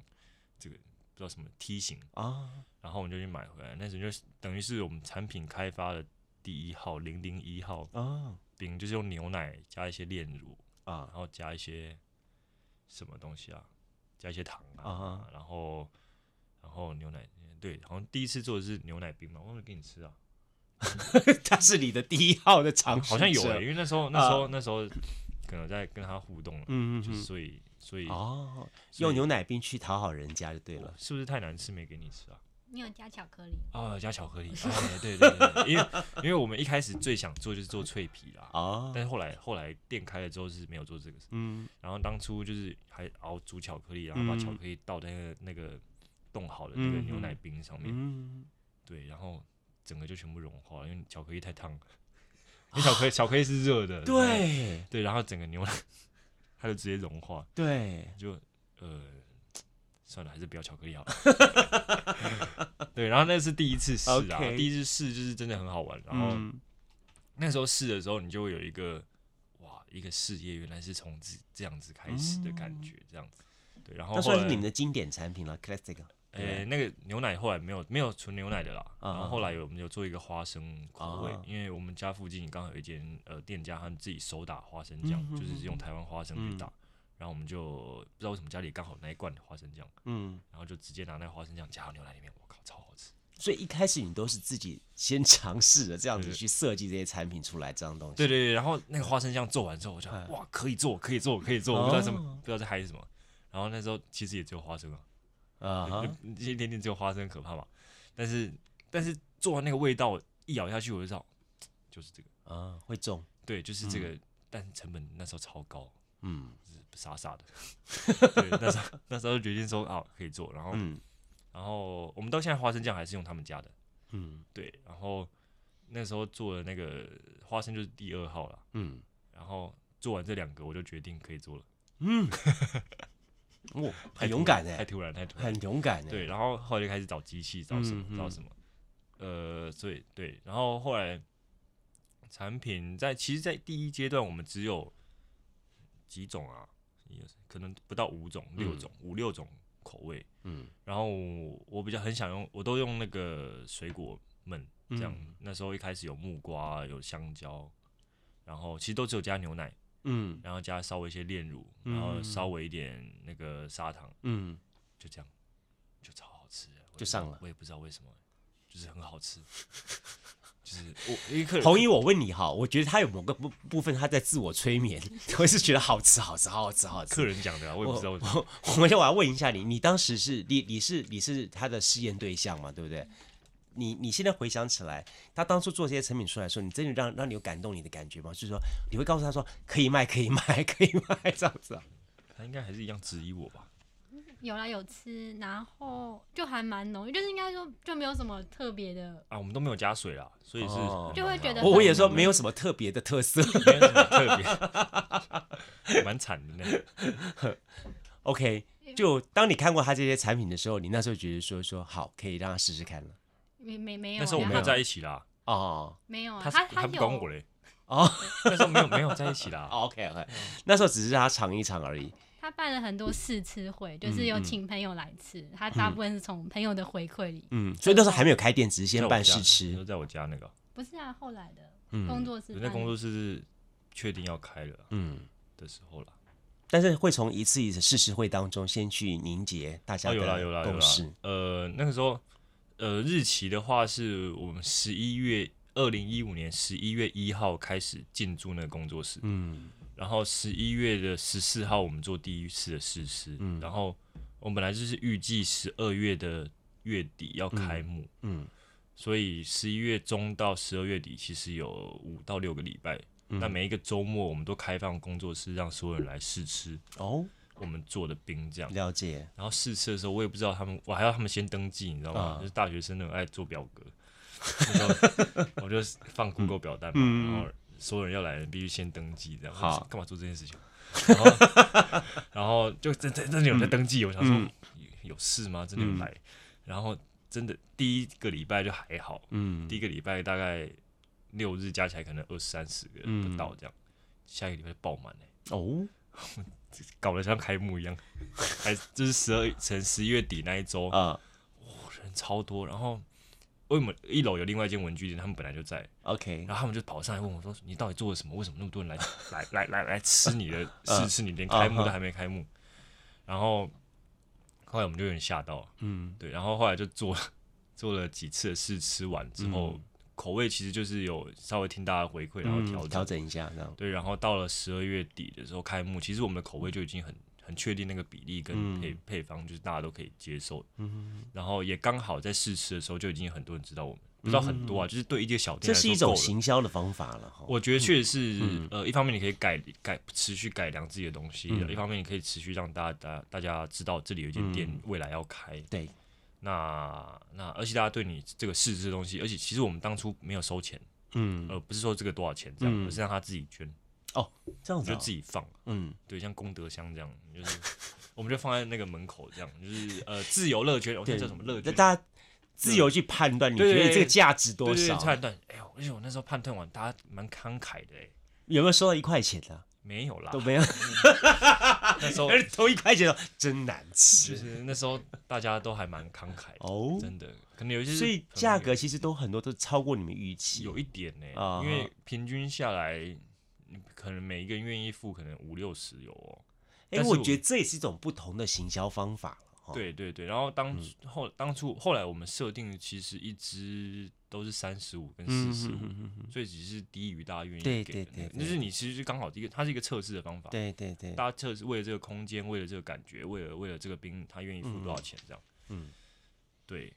Speaker 1: 这个不知道什么梯形。
Speaker 2: 啊，
Speaker 1: 然后我们就去买回来，那时候就是等于是我们产品开发的第一号零零一号
Speaker 2: 哦
Speaker 1: 饼，就是用牛奶加一些炼乳，
Speaker 2: 啊
Speaker 1: 然后加一些什么东西啊，加一些糖啊，
Speaker 2: 啊
Speaker 1: *laughs*
Speaker 2: 哈
Speaker 1: 然后然后牛奶，对，好像第一次做的是牛奶冰嘛，忘了给你吃啊，
Speaker 2: 他是你的第一号的尝试，
Speaker 1: 好像有欸，
Speaker 2: 哎，
Speaker 1: 因为那时候那时候、那时候可能在跟他互动了，
Speaker 2: 嗯嗯
Speaker 1: 就
Speaker 2: 嗯，
Speaker 1: 所以所以、
Speaker 2: 哦，
Speaker 1: 所以
Speaker 2: 用牛奶冰去讨好人家就对了。
Speaker 1: 是不是太难吃没给你吃啊？
Speaker 3: 你有加巧克力，
Speaker 2: 哦
Speaker 1: 啊、加巧克力，哎，对对对，因为因为我们一开始最想做就是做脆皮啦，
Speaker 2: 啊，
Speaker 1: 但是后来后来店开了之后是没有做这个事，
Speaker 2: 嗯，
Speaker 1: 然后当初就是还熬煮巧克力，然后把
Speaker 2: 嗯
Speaker 1: 巧克力倒在那个那个冻好的那个
Speaker 2: 嗯
Speaker 1: 牛奶冰上面，
Speaker 2: 嗯，
Speaker 1: 对，然后整个就全部融化了，因为巧克力太烫，因为巧克力巧克力是热的，
Speaker 2: 啊对
Speaker 1: 对，然后整个牛奶 *laughs* 它就直接融化，
Speaker 2: 对，
Speaker 1: 就呃，算了，还是不要巧克力好了。 *laughs* 对，然后那是第一次试啊
Speaker 2: OK
Speaker 1: 第一次试就是真的很好玩。然后
Speaker 2: 嗯
Speaker 1: 那时候试的时候，你就会有一个哇，一个事业原来是从这这样子开始的感觉，这样子。对，然后
Speaker 2: 嗯
Speaker 1: 后
Speaker 2: 那算是
Speaker 1: 来
Speaker 2: 你们的经典产品了，classic
Speaker 1: 呃、
Speaker 2: 对
Speaker 1: 那个牛奶后来没有没有纯牛奶的啦，
Speaker 2: 啊
Speaker 1: 然后后来我们有做一个花生口味，
Speaker 2: 啊
Speaker 1: 因为我们家附近刚好有一间呃店家，他们自己手打花生酱，
Speaker 2: 嗯
Speaker 1: 就是用台湾花生去打，然后我们就不知道为什么家里刚好那一罐花生酱，
Speaker 2: 嗯，
Speaker 1: 然后就直接拿那个花生酱加到牛奶里面，我靠，超好吃。
Speaker 2: 所以一开始你都是自己先 *laughs* 尝试着这样子
Speaker 1: 对
Speaker 2: 去设计这些产品出来，这样东西。
Speaker 1: 对对对，然后那个花生酱做完之后，我就
Speaker 2: 哎
Speaker 1: 哇，可以做，可以做，可以做，我不知道什么，
Speaker 2: 哦
Speaker 1: 不知道在嗨什么。然后那时候其实也只有花生啊，
Speaker 2: 啊哈，
Speaker 1: 就一点点只有花生可怕嘛。但是但是做完那个味道一咬下去，我就知道就是这个，
Speaker 2: 啊，会中，
Speaker 1: 对，就是这个，但成本那时候超高，
Speaker 2: 嗯
Speaker 1: 傻傻的。 *laughs* 对，那时候那时候就决定说啊，可以做，然后、
Speaker 2: 嗯
Speaker 1: 然后我们到现在花生酱还是用他们家的，
Speaker 2: 嗯
Speaker 1: 对，然后那时候做的那个花生就是第二号了，
Speaker 2: 嗯
Speaker 1: 然后做完这两个，我就决定可以做了，
Speaker 2: 嗯，
Speaker 1: *laughs*
Speaker 2: 哇，
Speaker 1: 太
Speaker 2: 很
Speaker 1: 突
Speaker 2: 勇敢
Speaker 1: 太
Speaker 2: 哎，
Speaker 1: 突然，太突然
Speaker 2: 很，勇敢哎，
Speaker 1: 对，然后后来就开始找机器，找什么，
Speaker 2: 嗯
Speaker 1: 找什么，呃，所以对，然后后来产品在其实，在第一阶段我们只有几种啊，一二三可能不到五种、六种、五六种口味，
Speaker 2: 嗯
Speaker 1: 然后我比较很想用，我都用那个水果焖这样。
Speaker 2: 嗯
Speaker 1: 那时候一开始有木瓜，啊有香蕉，然后其实都只有加牛奶，
Speaker 2: 嗯
Speaker 1: 然后加稍微一些炼乳，
Speaker 2: 嗯
Speaker 1: 然后稍微一点那个砂糖，
Speaker 2: 嗯，
Speaker 1: 就这样，就超好吃的，我也不
Speaker 2: 就上了
Speaker 1: 我也不知道为什么，就是很好吃，就是我一个人
Speaker 2: 红衣，我问你哈，我觉得他有某个部部分他在自我催眠， *laughs* 我是觉得好吃好吃好吃好吃
Speaker 1: 客。人讲的、啊，我也不知道为什么。
Speaker 2: 我 *laughs* 我要我要问一下你，你当时是你你是你是他的试验对象嘛，对不对？你你现在回想起来，他当初做这些成品出来的时候，你真的让让你有感动你的感觉吗？就是说，你会告诉他说可以卖，可以卖，可以卖这样 *laughs* 子啊？
Speaker 1: 他应该还是一样质疑我吧？
Speaker 3: 有啦有吃，然后就还蛮浓，就是应该说就没有什么特别的，
Speaker 1: 啊，我们都没有加水啦，所以是
Speaker 2: 哦
Speaker 1: 很
Speaker 3: 就会觉得
Speaker 1: 好
Speaker 2: 我我也说没有什么特别的特 *laughs* 色。
Speaker 1: 没有什么特别， *laughs* 蛮惨的呢。
Speaker 2: OK，就当你看过他这些产品的时候，你那时候觉得说说好，可以让他试试看了。
Speaker 3: 没没没有啊，
Speaker 1: 那时候我
Speaker 3: 没
Speaker 1: 们有在一起啦，
Speaker 2: 哦
Speaker 3: 没有啊，
Speaker 1: 他
Speaker 3: 他
Speaker 1: 他不
Speaker 3: 有
Speaker 1: 管我嘞。
Speaker 2: 哦
Speaker 1: *laughs* 那时候没有没有在一起啦。
Speaker 2: 哦，OK OK，那时候只是让他尝一尝而已。
Speaker 3: 他办了很多试吃会，
Speaker 1: 嗯
Speaker 3: 就是有请朋友来吃，他大部分是从朋友的回馈里，
Speaker 2: 嗯，所以那时候还没有开店，只是
Speaker 1: 在
Speaker 2: 先
Speaker 1: 我
Speaker 2: 办
Speaker 1: 家
Speaker 2: 试
Speaker 1: 你说
Speaker 2: 吃。
Speaker 1: 在我家那个
Speaker 3: 不是啊，后来的
Speaker 2: 嗯
Speaker 3: 工作室
Speaker 1: 人
Speaker 3: 办
Speaker 1: 家
Speaker 3: 的，
Speaker 1: 工作室是确定要开了
Speaker 2: 嗯。
Speaker 1: 的时候啦。
Speaker 2: 但是会从一次一次试试会当中，先去凝结大家
Speaker 1: 哦，
Speaker 2: 的
Speaker 1: 有啦有啦有
Speaker 2: 共
Speaker 1: 啦
Speaker 2: 识。。
Speaker 1: 呃，那个时候，呃，日期的话是我们十一月二零一五年十一月一号开始进驻那个工作室，
Speaker 2: 嗯
Speaker 1: 然后十一月的十四号我们做第一次的试吃，
Speaker 2: 嗯
Speaker 1: 然后我们本来就是预计十二月的月底要开幕，
Speaker 2: 嗯
Speaker 1: 所以十一月中到十二月底，其实有五到六个礼拜。
Speaker 2: 嗯
Speaker 1: 那每一个周末，我们都开放工作室，让所有人来试吃
Speaker 2: 哦，
Speaker 1: 我们做的冰这样。
Speaker 2: 了解。
Speaker 1: 然后试吃的时候，我也不知道他们，我还要他们先登记，你知道吗？
Speaker 2: 啊
Speaker 1: 就是大学生那种爱做表
Speaker 2: *laughs*
Speaker 1: 格，那时候我就放
Speaker 2: 嗯
Speaker 1: Google 表单嘛，然后所有人要来的必须先登记，这样。
Speaker 2: 好
Speaker 1: 我说干嘛做这件事情？然后， *laughs* 然后就真真真的有人
Speaker 2: 嗯
Speaker 1: 在登记，我想说、有有事吗？真的有来？然后真的第一个礼拜就还好，
Speaker 2: 嗯
Speaker 1: 第一个礼拜大概六日加起来可能二三十个人不
Speaker 2: 嗯
Speaker 1: 到这样，下一个礼拜就爆满了。
Speaker 2: 哦，
Speaker 1: 搞得像开幕一样，还就是十二乘十一月底那一周，
Speaker 2: 啊
Speaker 1: 人超多。然后为什么一楼有另外一间文具店，他们本来就在，
Speaker 2: ，OK，
Speaker 1: 然后他们就跑上来问我说：“你到底做了什么？为什么那么多人来 *laughs* 来来来来吃你的
Speaker 2: 嗯
Speaker 1: 试吃？你连
Speaker 2: 啊
Speaker 1: 开幕都还没开幕。”然后后来我们就有点吓到，
Speaker 2: 嗯
Speaker 1: 对，然后后来就做了 *laughs* 做了几次的试吃完之后，口味其实就是有稍微听大家的回馈，然后调
Speaker 2: 嗯嗯，
Speaker 1: 整。
Speaker 2: 调整一下这样。
Speaker 1: 对，然后到了十二月底的时候开幕，其实我们的口味就已经很很确定那个比例跟
Speaker 2: 嗯
Speaker 1: 配、配方，就是大家都可以接受。然后也刚好在试吃的时候就已经很多人知道我们，不知道很多啊，就是对一些小店
Speaker 2: 嗯这
Speaker 1: 来
Speaker 2: 是
Speaker 1: 说
Speaker 2: 一种嗯
Speaker 1: 够了
Speaker 2: 行销的方法了哈。
Speaker 1: 我觉得确实是，呃，一方面你可以改改持续改良自己的东西，
Speaker 2: 嗯
Speaker 1: 一方面你可以持续让大家大大家知道这里有一间店
Speaker 2: 嗯
Speaker 1: 未来要开。
Speaker 2: 对，
Speaker 1: 那那而且大家对你这个试吃的东西，而且其实我们当初没有收钱，
Speaker 2: 嗯，
Speaker 1: 呃，不是说这个多少钱这样，
Speaker 2: 嗯
Speaker 1: 而是让他自己捐，
Speaker 2: 这样
Speaker 1: 我
Speaker 2: 子
Speaker 1: 就
Speaker 2: 啊
Speaker 1: 自己放，
Speaker 2: 嗯，
Speaker 1: 对，像功德箱这样，就是我们就放在那个门口这样，就是呃自由乐捐，我记得叫什么乐
Speaker 2: 那
Speaker 1: 捐。
Speaker 2: 大家自由去判断，你
Speaker 1: 对
Speaker 2: 觉
Speaker 1: 对
Speaker 2: 得
Speaker 1: 对
Speaker 2: 这个价值
Speaker 1: 对
Speaker 2: 多
Speaker 1: 对，对
Speaker 2: 少？啊
Speaker 1: 判断，哎呦，而且我那时候判断完，大家蛮慷慨的哎、
Speaker 2: 有没有收到一块钱的？
Speaker 1: 没有啦 *laughs*
Speaker 2: 都，没有，
Speaker 1: 那
Speaker 2: *laughs*
Speaker 1: 时候
Speaker 2: 而投一块钱的真难
Speaker 1: 就
Speaker 2: 吃
Speaker 1: 是那时候大家都还蛮慷慨的，
Speaker 2: 哦。
Speaker 1: 真的，可能有一些是
Speaker 2: 所以
Speaker 1: 朋友
Speaker 2: 价格其实都很多都超过你们预期。
Speaker 1: 有一点呢、
Speaker 2: 啊哈
Speaker 1: 因为平均下来，嗯可能每一个人愿意付可能五六十有哦。
Speaker 2: 哎、
Speaker 1: 但是
Speaker 2: 我
Speaker 1: 我
Speaker 2: 觉得这也是一种不同的行销方法了哈。
Speaker 1: 对对对，然后当、
Speaker 2: 嗯
Speaker 1: 后当初后来我们设定其实一支都是三十五跟
Speaker 2: 嗯，
Speaker 1: 四十
Speaker 2: 嗯
Speaker 1: 五，
Speaker 2: 嗯嗯嗯
Speaker 1: 所以只是低于大家愿意
Speaker 2: 对
Speaker 1: 给
Speaker 2: 对
Speaker 1: 的
Speaker 2: 对
Speaker 1: 那个，
Speaker 2: 对
Speaker 1: 就是你其实就刚好一个，它是一个测试的方法。
Speaker 2: 对对对，
Speaker 1: 大家测试为了这个空间，为了这个感觉，为了为了这个冰，他愿意付多少钱这样。
Speaker 2: 嗯，
Speaker 1: 对，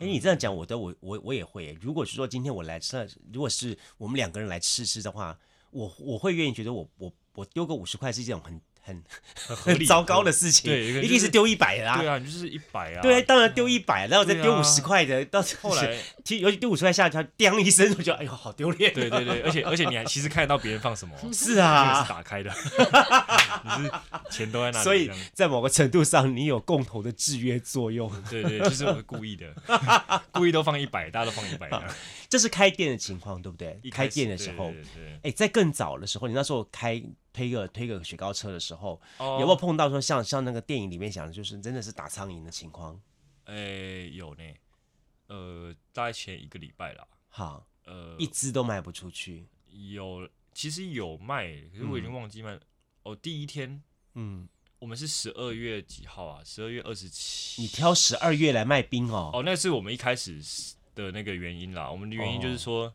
Speaker 1: 嗯
Speaker 2: 哎、你这样讲，我都我我我也会耶。如果是说今天我来吃，如果是我们两个人来吃吃的话，我我会愿意觉得我我我丢个五十块是一种很很
Speaker 1: 很合
Speaker 2: 很
Speaker 1: 理
Speaker 2: 糟糕
Speaker 1: 合
Speaker 2: 的事情，
Speaker 1: 对一个
Speaker 2: 一
Speaker 1: 就
Speaker 2: 定是
Speaker 1: 是
Speaker 2: 丢一百的
Speaker 1: 对
Speaker 2: 啊。
Speaker 1: 啊，你就是一百啊。
Speaker 2: *laughs* 对，当然丢一百，然后再
Speaker 1: 对
Speaker 2: 丢
Speaker 1: 啊
Speaker 2: 五十块的，到时候 *laughs*
Speaker 1: 后来，
Speaker 2: 其实尤其丢五十块下去，他叮一声，我觉得哎呦好丢脸。
Speaker 1: 对对对，而且而且你还其实看得到别人放
Speaker 2: *laughs*
Speaker 1: 什么，哦
Speaker 2: 是
Speaker 1: 这个是
Speaker 2: 啊，
Speaker 1: 打开
Speaker 2: *laughs*
Speaker 1: 的，你是钱都在那里，
Speaker 2: 所以
Speaker 1: 这样
Speaker 2: 在某个程度上，你有共同的制约作用。
Speaker 1: 对对，就是我故意的，
Speaker 2: *laughs*
Speaker 1: 故意都放一百，大家都放一百，这样
Speaker 2: 这是开店的情况，对不对
Speaker 1: 一？
Speaker 2: 开
Speaker 1: 开始
Speaker 2: 店的时候
Speaker 1: 对，对对
Speaker 2: 哎，在更早的时候，你那时候开推个推个雪糕车的时候，
Speaker 1: 哦
Speaker 2: 有没有碰到说像像那个电影里面讲的，就是真的是打苍蝇的情况？
Speaker 1: 诶有呢，呃，大概前一个礼拜啦，
Speaker 2: 哈，
Speaker 1: 呃
Speaker 2: 一，只都卖不出去。
Speaker 1: 有其实有卖，可是我已经忘记卖。哦，第一天
Speaker 2: 嗯，
Speaker 1: 我们是十二月几号啊？十二月二十七。
Speaker 2: 你挑十二月来卖冰哦。
Speaker 1: 哦，那是我们一开始的那个原因啦。我们的原因就是说，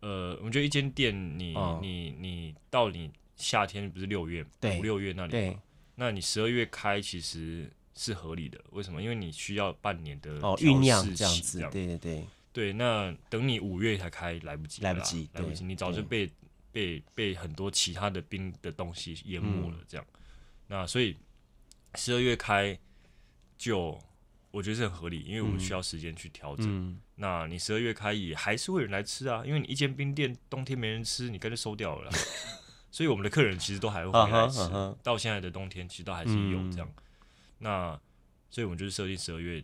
Speaker 1: 呃，我们觉得一间店你，你、
Speaker 2: 哦
Speaker 1: 你到你夏天不是六月
Speaker 2: 对
Speaker 1: 五六月那里
Speaker 2: 对
Speaker 1: 嘛，那你十二月开其实是合理的。为什么？因为你需要半年的
Speaker 2: 哦，
Speaker 1: 调
Speaker 2: 酝酿
Speaker 1: 试
Speaker 2: 这样
Speaker 1: 期
Speaker 2: 子，对对对，
Speaker 1: 对，那等你五月才开，来不及了啦，
Speaker 2: 来不及
Speaker 1: 来不及，
Speaker 2: 对
Speaker 1: 你早就被被被很多其他的冰的东西淹没了，
Speaker 2: 嗯
Speaker 1: 这样。那所以十二月开就我觉得是很合理，因为我们需要时间去调整。
Speaker 2: 嗯，
Speaker 1: 那你十二月开也还是会有人来吃啊，因为你一间冰店冬天没人吃，你干脆收掉了啦。 *laughs* 所以我们的客人其实都还会回来吃，
Speaker 2: *laughs* 啊哈啊哈
Speaker 1: 到现在的冬天其实都还是有这样。
Speaker 2: 嗯
Speaker 1: 那所以我们就是设定十二月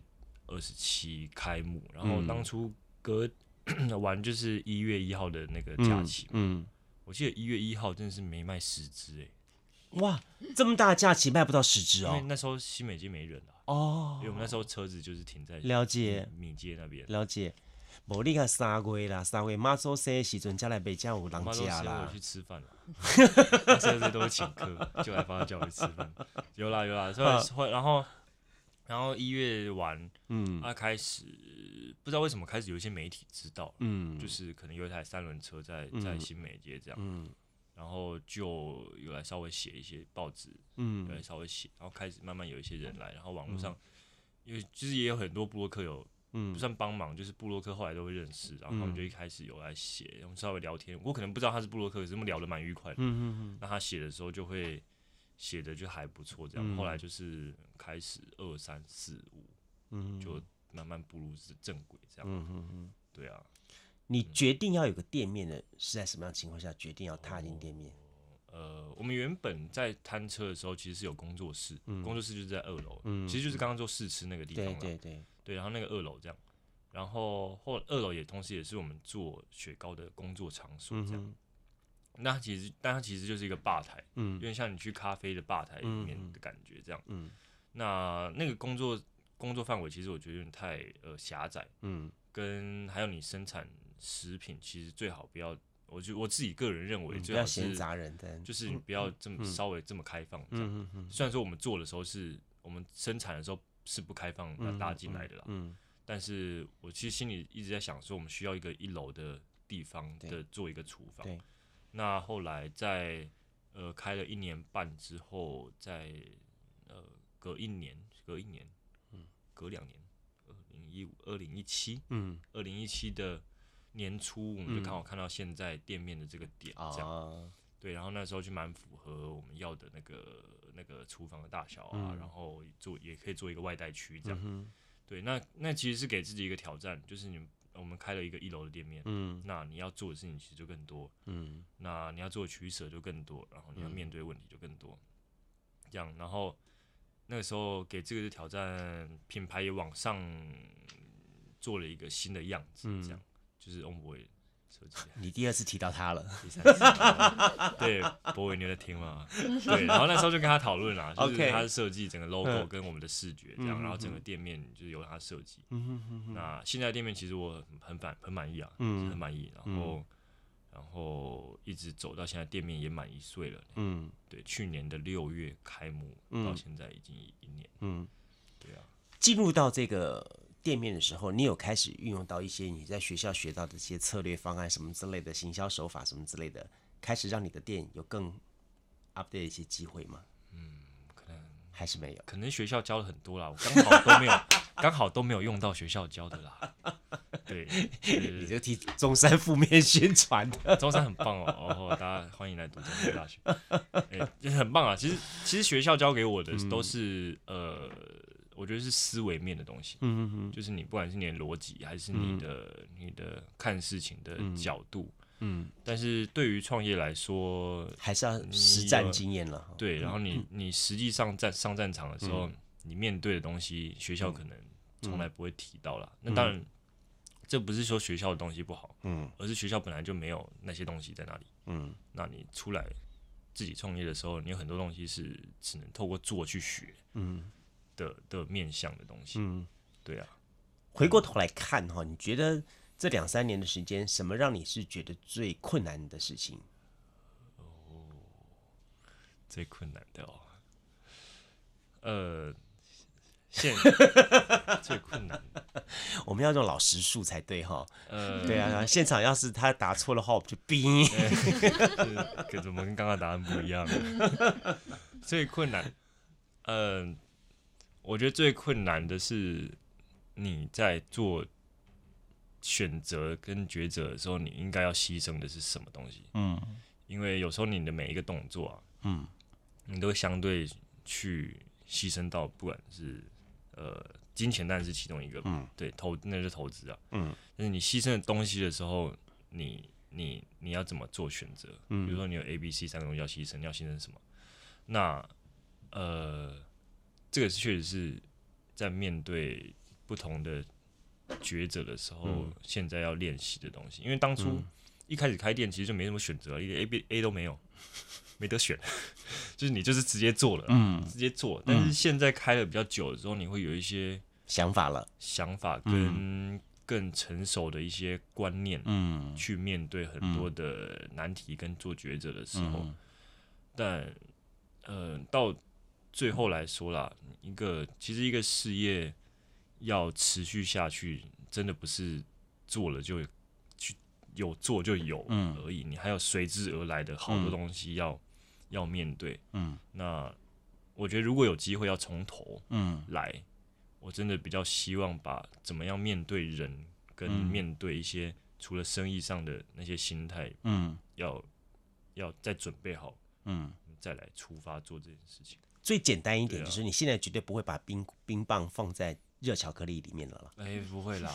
Speaker 1: 二十七开幕，然
Speaker 2: 嗯
Speaker 1: 后当初隔 *coughs* 完就是一月一号的那个假期，
Speaker 2: 嗯，
Speaker 1: 我记得一月一号真的是没卖十只哎、
Speaker 2: 嗯哇，这么大的假期卖不到十只
Speaker 1: 因为
Speaker 2: 哦。
Speaker 1: 那时候西美街没人啊，因为我
Speaker 2: 哦，
Speaker 1: 们那时候车子就是停在
Speaker 2: 了解
Speaker 1: 米街那边。
Speaker 2: 了解。无你个三月啦，三月妈祖生的时阵，才来北京有
Speaker 1: 我
Speaker 2: 人
Speaker 1: 妈都
Speaker 2: 家
Speaker 1: 谁我
Speaker 2: 啊啦
Speaker 1: 去。吃饭了，这这都是请客，就来帮他叫我去吃饭。有啦有啦，所以后然后然后一月完，
Speaker 2: 嗯
Speaker 1: 他、开始不知道为什么开始有一些媒体知道，
Speaker 2: 嗯
Speaker 1: 就是可能有一台三轮车在在新美街这样，
Speaker 2: 嗯
Speaker 1: 然后就有来稍微写一些报纸，有
Speaker 2: 嗯
Speaker 1: 来稍微写，然后开始慢慢有一些人来，然后网络上。因为就是也有很多布洛克有不
Speaker 2: 嗯，
Speaker 1: 算帮忙，就是布洛克后来都会认识，然后他们就一开始有来写，我们稍微聊天。我可能不知道他是布洛克，可是我们聊得蛮愉快的。
Speaker 2: 嗯嗯
Speaker 1: 那他写的时候就会写的就还不错，这样。后来就是开始二三四五，
Speaker 2: 嗯，
Speaker 1: 就慢慢步入是正轨，这样。
Speaker 2: 嗯嗯嗯。
Speaker 1: 对啊，
Speaker 2: 你决定要有个店面的，是在什么样的情况下决定要踏进店面？
Speaker 1: 呃，我们原本在摊车的时候其实是有工作室，工作室就是在二楼，其实就是刚刚做试吃那个地方
Speaker 2: 嗯对
Speaker 1: 啦。
Speaker 2: 对对，
Speaker 1: 对，然后那个二楼这样，然后后二楼也同时也是我们做雪糕的工作场所
Speaker 2: 嗯
Speaker 1: 这样。那它其实，但它其实就是一个吧台，
Speaker 2: 嗯
Speaker 1: 有点像你去咖啡的吧台里面的感觉这样。
Speaker 2: 嗯
Speaker 1: 那那个工作工作范围，其实我觉得有点太呃狭窄，
Speaker 2: 嗯
Speaker 1: 跟还有你生产食品，其实最好不要，我就我自己个人认为
Speaker 2: 嗯，不
Speaker 1: 最好
Speaker 2: 要
Speaker 1: 是
Speaker 2: 闲杂人等，
Speaker 1: 就是你不要这么稍微这么开放这样。
Speaker 2: 嗯嗯嗯嗯
Speaker 1: 虽然说我们做的时候是我们生产的时候是不开放让大家进来的啦，
Speaker 2: 嗯
Speaker 1: 但是我其实心里一直在想说，我们需要一个一楼的地方
Speaker 2: 对
Speaker 1: 的做一个厨房
Speaker 2: 对。
Speaker 1: 那后来在呃开了一年半之后，在呃，隔一年，隔一年，隔两年，二零一五、二零一七，
Speaker 2: 嗯
Speaker 1: 二零一七的年初，我们就刚好看到现在店面的这个点，这样、
Speaker 2: 啊，
Speaker 1: 对。然后那时候就蛮符合我们要的那个那个厨房的大小啊，然后做也可以做一个外带区这样。对，那那其实是给自己一个挑战，就是你们我们开了一个一楼的店面，
Speaker 2: 嗯
Speaker 1: 那你要做的事情其实就更多，
Speaker 2: 嗯
Speaker 1: 那你要做的取舍就更多，然后你要面对问题就更多，这样，然后那个时候给这个挑战，品牌也往上做了一个新的样子，这样、就是 On Boy 设计，
Speaker 2: 你第二次提到他了
Speaker 1: 第三次，对，博伟你有在听吗？对，然后那时候就跟他讨
Speaker 2: *laughs*
Speaker 1: 论啦，啊就是
Speaker 2: OK
Speaker 1: 他的设计整个 logo
Speaker 2: 嗯
Speaker 1: 跟我们的视觉这样，然后整个店面就是由他设计。那现在店面其实我很很满很满意啊，
Speaker 2: 嗯
Speaker 1: 是很满意。然后然后一直走到现在，店面也满一岁了。
Speaker 2: 嗯
Speaker 1: 对，去年的六月开幕，到现在已经一一年。
Speaker 2: 嗯，
Speaker 1: 对啊，
Speaker 2: 进入到这个店面的时候，你有开始运用到一些你在学校学到的一些策略方案什么之类的行销手法什么之类的，开始让你的店有更 update 的一些机会吗？
Speaker 1: 可能
Speaker 2: 还是没有？
Speaker 1: 可能学校教了很多啦，我刚好
Speaker 2: *laughs*
Speaker 1: 都没有，刚好都没有用到学校教的啦。对，对对对
Speaker 2: 你就提中山负面宣传的，
Speaker 1: 中山很棒哦，哦，大家欢迎来读中山大学，哎、很棒啊！其实其实学校教给我的
Speaker 2: 嗯
Speaker 1: 都是、呃，我觉得是思维面的东西，
Speaker 2: 嗯
Speaker 1: 就是你不管是你的逻辑还是你的、你的看事情的角度，
Speaker 2: 嗯，
Speaker 1: 但是对于创业来说，
Speaker 2: *laughs* 还是要实战经验了哈。
Speaker 1: 对，然后
Speaker 2: 嗯
Speaker 1: 你你实际上战上战场的时候，你面对的东西，学
Speaker 2: 嗯
Speaker 1: 校可能从来不会提到啦。那当然，这不是说学校的东西不好，
Speaker 2: 嗯
Speaker 1: 而是学校本来就没有那些东西在那里。
Speaker 2: 嗯
Speaker 1: 那你出来自己创业的时候，你有很多东西是只能透过做去学
Speaker 2: 嗯
Speaker 1: 的的面向的东西。
Speaker 2: 嗯。
Speaker 1: 对啊，
Speaker 2: 回过头来看哈，你觉得这两三年的时间，什么让你是觉得最困难的事情？
Speaker 1: 最困难的哦，呃， *laughs* 现最困难，
Speaker 2: 我们要用老实数才对哈。
Speaker 1: 呃，
Speaker 2: 对啊，现场要是他答错的话，我们就 *laughs* 冰。
Speaker 1: 跟怎么跟刚刚答案不一样？最困难，嗯、我觉得最困难的是你在做选择跟抉择的时候，你应该要牺牲的是什么东西？
Speaker 2: 嗯
Speaker 1: 因为有时候你的每一个动作啊，
Speaker 2: 嗯
Speaker 1: 你都会相对去牺牲到，不管是呃金钱，当然是其中一个，
Speaker 2: 嗯，
Speaker 1: 对，投那是投资啊，
Speaker 2: 嗯，
Speaker 1: 但是你牺牲的东西的时候，你你你要怎么做选择？嗯，比如说你有 A、B、C 三个东西要牺牲，你要牺牲什么？那呃，这个是确实是在面对不同的抉择的时候，现在要练习的东西，因为当初一开始开店其实就没什么选择，一个 A、B、A 都没有。没得选， *laughs* 就是你就是直接做了，嗯，直接做。但是现在开了比较久了之后，你会有一些
Speaker 2: 想法了。
Speaker 1: 想法跟更成熟的一些观念，
Speaker 2: 嗯
Speaker 1: 去面对很多的难题跟做抉择的时候。
Speaker 2: 嗯
Speaker 1: 但呃，到最后来说啦，一个其实一个事业要持续下去，真的不是做了就去有做就有
Speaker 2: 嗯
Speaker 1: 而已，你还有随之而来的好多
Speaker 2: 嗯
Speaker 1: 东西要、要面对。
Speaker 2: 嗯
Speaker 1: 那我觉得如果有机会要从头，
Speaker 2: 嗯
Speaker 1: 来，我真的比较希望把怎么样面对人跟
Speaker 2: 嗯
Speaker 1: 面对一些除了生意上的那些心态，
Speaker 2: 嗯
Speaker 1: 要要再准备好，
Speaker 2: 嗯。
Speaker 1: 再来出发做这件事情。
Speaker 2: 最简单一
Speaker 1: 对
Speaker 2: 点
Speaker 1: 啊
Speaker 2: 就是，你现在绝对不会把冰冰棒放在热巧克力里面了啦。
Speaker 1: 哎、不会 *laughs* 啦，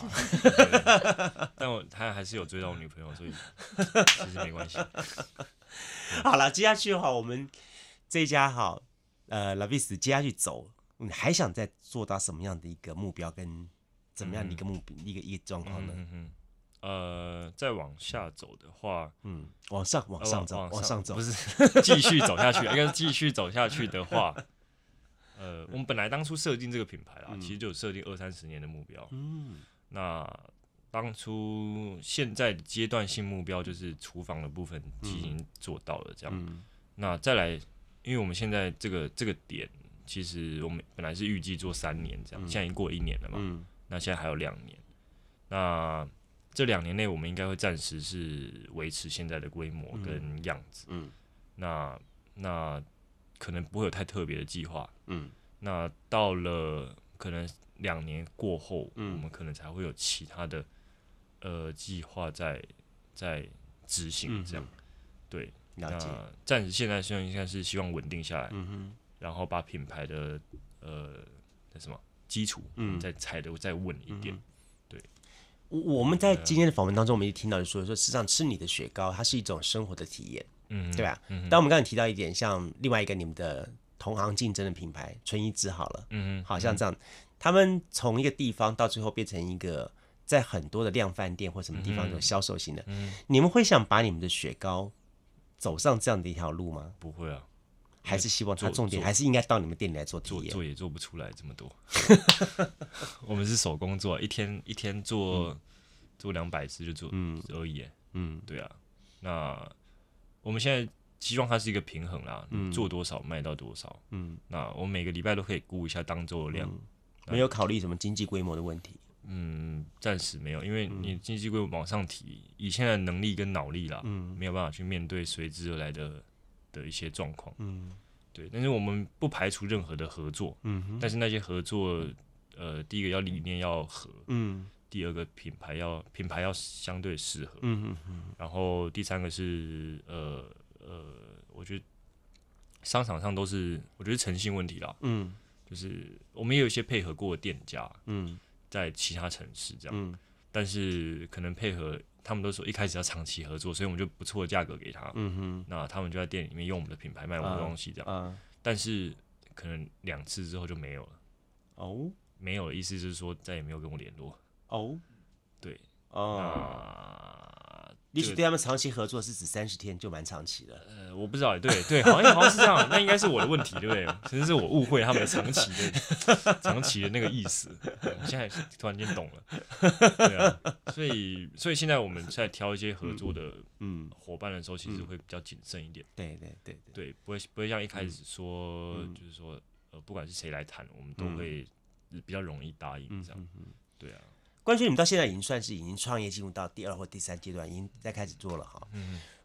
Speaker 1: 但我他还是有追到我女朋友， *laughs* 所以其实没关系。
Speaker 2: 好了，接下去哈，我们这家哈，呃拉比斯接下去走，你还想再做到什么样的一个目标跟怎么样的一个目、一个一个状况呢？
Speaker 1: 嗯哼，呃，再往下走的话，
Speaker 2: 嗯，往上往上走，
Speaker 1: 呃往
Speaker 2: 哦往上走
Speaker 1: 不，是 *laughs* 继续走下去，应该是继续走下去的
Speaker 2: *laughs*
Speaker 1: 话，
Speaker 2: 嗯
Speaker 1: 呃，我们本来当初设定这个品牌啦，其实就有设定二三十年的目标。
Speaker 2: 嗯
Speaker 1: 那当初现在的阶段性目标就是厨房的部分已经做到了，这样。
Speaker 2: 嗯
Speaker 1: 那再来，因为我们现在这个这个点，其实我们本来是预计做三年这样，现在已经过了一年了嘛，
Speaker 2: 嗯
Speaker 1: 那现在还有两年。那这两年内，我们应该会暂时是维持现在的规模跟样子。
Speaker 2: 嗯
Speaker 1: 那那可能不会有太特别的计划，
Speaker 2: 嗯
Speaker 1: 那到了可能两年过后，
Speaker 2: 嗯
Speaker 1: 我们可能才会有其他的呃计划在在执行这样。对，
Speaker 2: 嗯了解，
Speaker 1: 那暂时现在虽然应该是希望稳定下来，
Speaker 2: 嗯哼，
Speaker 1: 然后把品牌的呃那什么基础，
Speaker 2: 嗯
Speaker 1: 再踩的再稳一点。
Speaker 2: 我我们在今天的访问当中，我们也听到说说，事实上吃你的雪糕，它是一种生活的体验，
Speaker 1: 嗯，
Speaker 2: 对吧、
Speaker 1: 嗯
Speaker 2: 但我们刚才提到一点，像另外一个你们的同行竞争的品牌纯一枝好了，
Speaker 1: 嗯哼，
Speaker 2: 好像这样，他们从一个地方到最后变成一个在很多的量贩店或什么地方有销售型的，
Speaker 1: 嗯
Speaker 2: 你们会想把你们的雪糕走上这样的一条路吗？
Speaker 1: 不会啊，
Speaker 2: 还是希望它
Speaker 1: 做
Speaker 2: 重点
Speaker 1: 做
Speaker 2: 还是应该到你们店里来做体
Speaker 1: 做
Speaker 2: 验？
Speaker 1: 做也做不出来这么
Speaker 2: *laughs*
Speaker 1: 多。 *laughs* 我们是手工做，一天一天做、做两百只就做、而已耶。
Speaker 2: 嗯
Speaker 1: 对啊，那我们现在希望它是一个平衡啦，做多少卖到多少。
Speaker 2: 嗯，
Speaker 1: 那我们每个礼拜都可以估一下当周的量。
Speaker 2: 没有考虑什么经济规模的问题。
Speaker 1: 嗯，暂时没有，因为你
Speaker 2: 嗯
Speaker 1: 经济规模往上提，以现在的能力跟脑力啦，
Speaker 2: 嗯
Speaker 1: 没有办法去面对随之而来的的一些状况。
Speaker 2: 嗯
Speaker 1: 对，但是我们不排除任何的合作，
Speaker 2: 嗯哼
Speaker 1: 但是那些合作，呃，第一个要理念要合，
Speaker 2: 嗯
Speaker 1: 第二个品牌要品牌要相对适合，
Speaker 2: 嗯
Speaker 1: 然后第三个是呃呃，我觉得商场上都是我觉得诚信问题啦，
Speaker 2: 嗯
Speaker 1: 就是我们也有一些配合过的店家
Speaker 2: 嗯
Speaker 1: 在其他城市这样，
Speaker 2: 嗯
Speaker 1: 但是可能配合他们都说一开始要长期合作，所以我们就不错的价格给他，
Speaker 2: 嗯
Speaker 1: 那他们就在店里面用我们的品牌卖我们的东西这
Speaker 2: 哼
Speaker 1: 样，
Speaker 2: 啊
Speaker 1: 但是可能两次之后就没有了。
Speaker 2: 哦
Speaker 1: 没有的意思就是说再也没有跟我联络。
Speaker 2: 哦
Speaker 1: 对，
Speaker 2: 哦，
Speaker 1: 啊，
Speaker 2: 也
Speaker 1: 这
Speaker 2: 许
Speaker 1: 个
Speaker 2: 对他们长期合作是指三十天就蛮长期的。
Speaker 1: 呃，我不知道，对对，好像好像是这样，那应该是我的问题，对不对？其实是我误会他们的长期的长期的那个意思，对我现在突然间懂了，对啊，所以所以现在我们在挑一些合作的
Speaker 2: 嗯，
Speaker 1: 伙伴的时候，其实会比较谨慎一点，
Speaker 2: 对对对对，
Speaker 1: 对，不会不会像一开始说，
Speaker 2: 嗯
Speaker 1: 就是说呃，不管是谁来谈，我们都会比较容易答
Speaker 2: 嗯
Speaker 1: 应这样，对啊，
Speaker 2: 关于你们到现在已经算是已经创业进入到第二或第三阶段，已经在开始做了哈。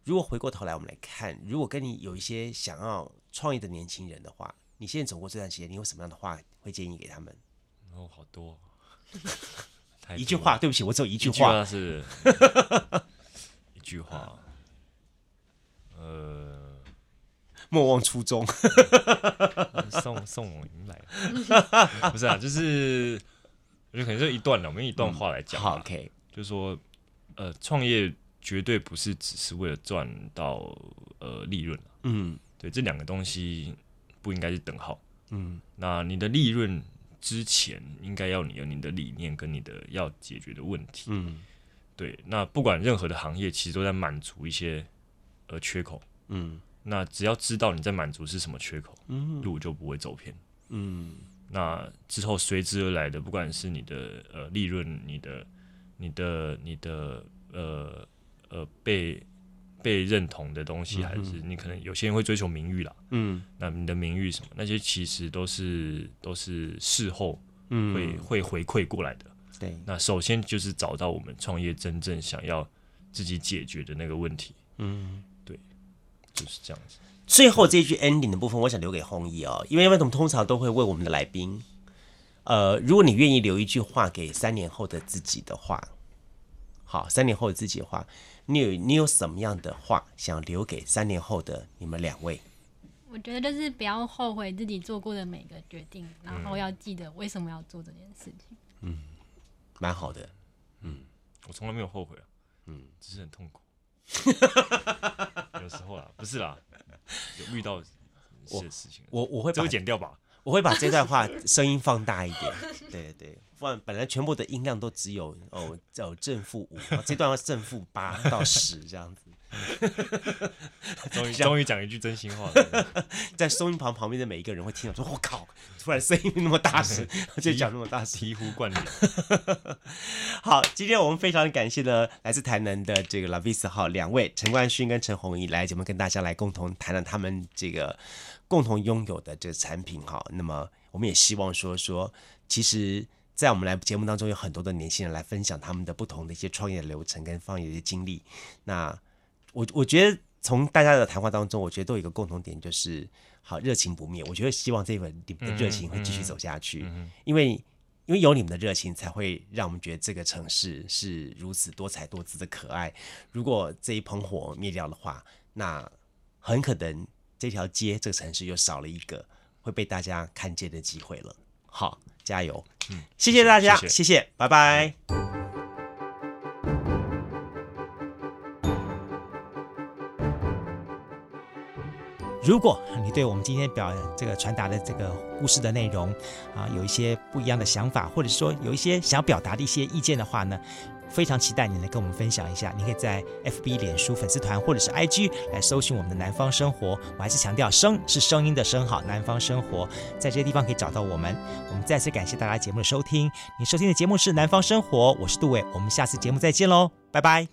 Speaker 2: 如果回过头来我们来看，如果跟你有一些想要创业的年轻人的话，你现在走过这段时间，你有什么样的话会建议给他们？
Speaker 1: 然后好多
Speaker 2: *laughs*
Speaker 1: 哦。太
Speaker 2: 一句
Speaker 1: 多了
Speaker 2: 话，哎对不起，我只有一句
Speaker 1: 一
Speaker 2: 话。
Speaker 1: 是一句话，呃，
Speaker 2: 莫忘初衷。
Speaker 1: 宋宋我迎来了， *laughs* 不是啊，就是我觉得可能就一段了，我们用一段话来讲吧、
Speaker 2: 好，OK，
Speaker 1: 就是说，呃，创业绝对不是只是为了赚到呃利润啊
Speaker 2: 嗯
Speaker 1: 对，这两个东西不应该是等号。
Speaker 2: 嗯
Speaker 1: 那你的利润之前，应该要你有你的理念跟你的要解决的问题。
Speaker 2: 嗯
Speaker 1: 对，那不管任何的行业，其实都在满足一些呃缺口。
Speaker 2: 嗯
Speaker 1: 那只要知道你在满足是什么缺口，
Speaker 2: 嗯
Speaker 1: 路就不会走偏。
Speaker 2: 嗯
Speaker 1: 那之后随之而来的，不管是你的呃利润、你的、你的、你的呃呃被被认同的东西，还是你可能有些人会追求名誉啦。
Speaker 2: 嗯
Speaker 1: 那你的名誉什么，那些其实都是都是事后
Speaker 2: 嗯，
Speaker 1: 会、会回馈过来的。
Speaker 2: 对，
Speaker 1: 那首先就是找到我们创业真正想要自己解决的那个问题，
Speaker 2: 嗯。
Speaker 1: 就是这样子。
Speaker 2: 最后这一句 ending 的部分，我想留给弘毅哦，因为因为我们通常都会问我们的来宾，呃，如果你愿意留一句话给三年后的自己的话，好，三年后的自己的话，你有你有什么样的话想留给三年后的你们两位？
Speaker 3: 我觉得就是不要后悔自己做过的每个决定，然
Speaker 1: 嗯
Speaker 3: 后要记得为什么要做这件事情。
Speaker 2: 蛮好的，
Speaker 1: 我从来没有后悔啊，嗯，只是很痛苦，有时候啦，不是啦，有遇到一些事情，
Speaker 2: 我我会
Speaker 1: 这
Speaker 2: 把
Speaker 1: 个剪掉吧，
Speaker 2: 我会把这段话声音放大一点， *laughs* 对对对，不然本来全部的音量都只有哦哦正负五，这段话是正负八到十这样子。
Speaker 1: 终于终于讲一句真心话了，
Speaker 2: 在收银旁旁边的每一个人会听到说：“我靠！”突然声音那么大声， *laughs* 就讲那么大声。
Speaker 1: 醍醐灌顶。
Speaker 2: 好，今天我们非常感谢的来自台南的这个 Lavis 号两位陈冠勋跟陈宏仪来节目跟大家来共同谈谈他们这个共同拥有的这个产品哈。那么我们也希望说说，其实。在我们来节目当中，有很多的年轻人来分享他们的不同的一些创业流程跟创业的经历。那我我觉得从大家的谈话当中，我觉得都有一个共同点，就是好热情不灭。我觉得希望这份你们的热情会继续走下去，因为因为有你们的热情，才会让我们觉得这个城市是如此多彩多姿的可爱。如果这一盆火灭掉的话，那很可能这条街这个城市又少了一个会被大家看见的机会了。好，加油！谢谢大家，
Speaker 1: 嗯谢谢嗯
Speaker 2: 谢谢，拜拜。如果你对我们今天表呃这个传达的这个故事的内容啊，有一些不一样的想法，或者说有一些想表达的一些意见的话呢，非常期待你能跟我们分享一下。你可以在 FB、脸书粉丝团或者是 IG 来搜寻我们的南方生活。我还是强调，声是声音的声，好，南方生活在这些地方可以找到我们。我们再次感谢大家节目的收听，你收听的节目是南方生活，我是杜伟，我们下次节目再见喽，拜拜。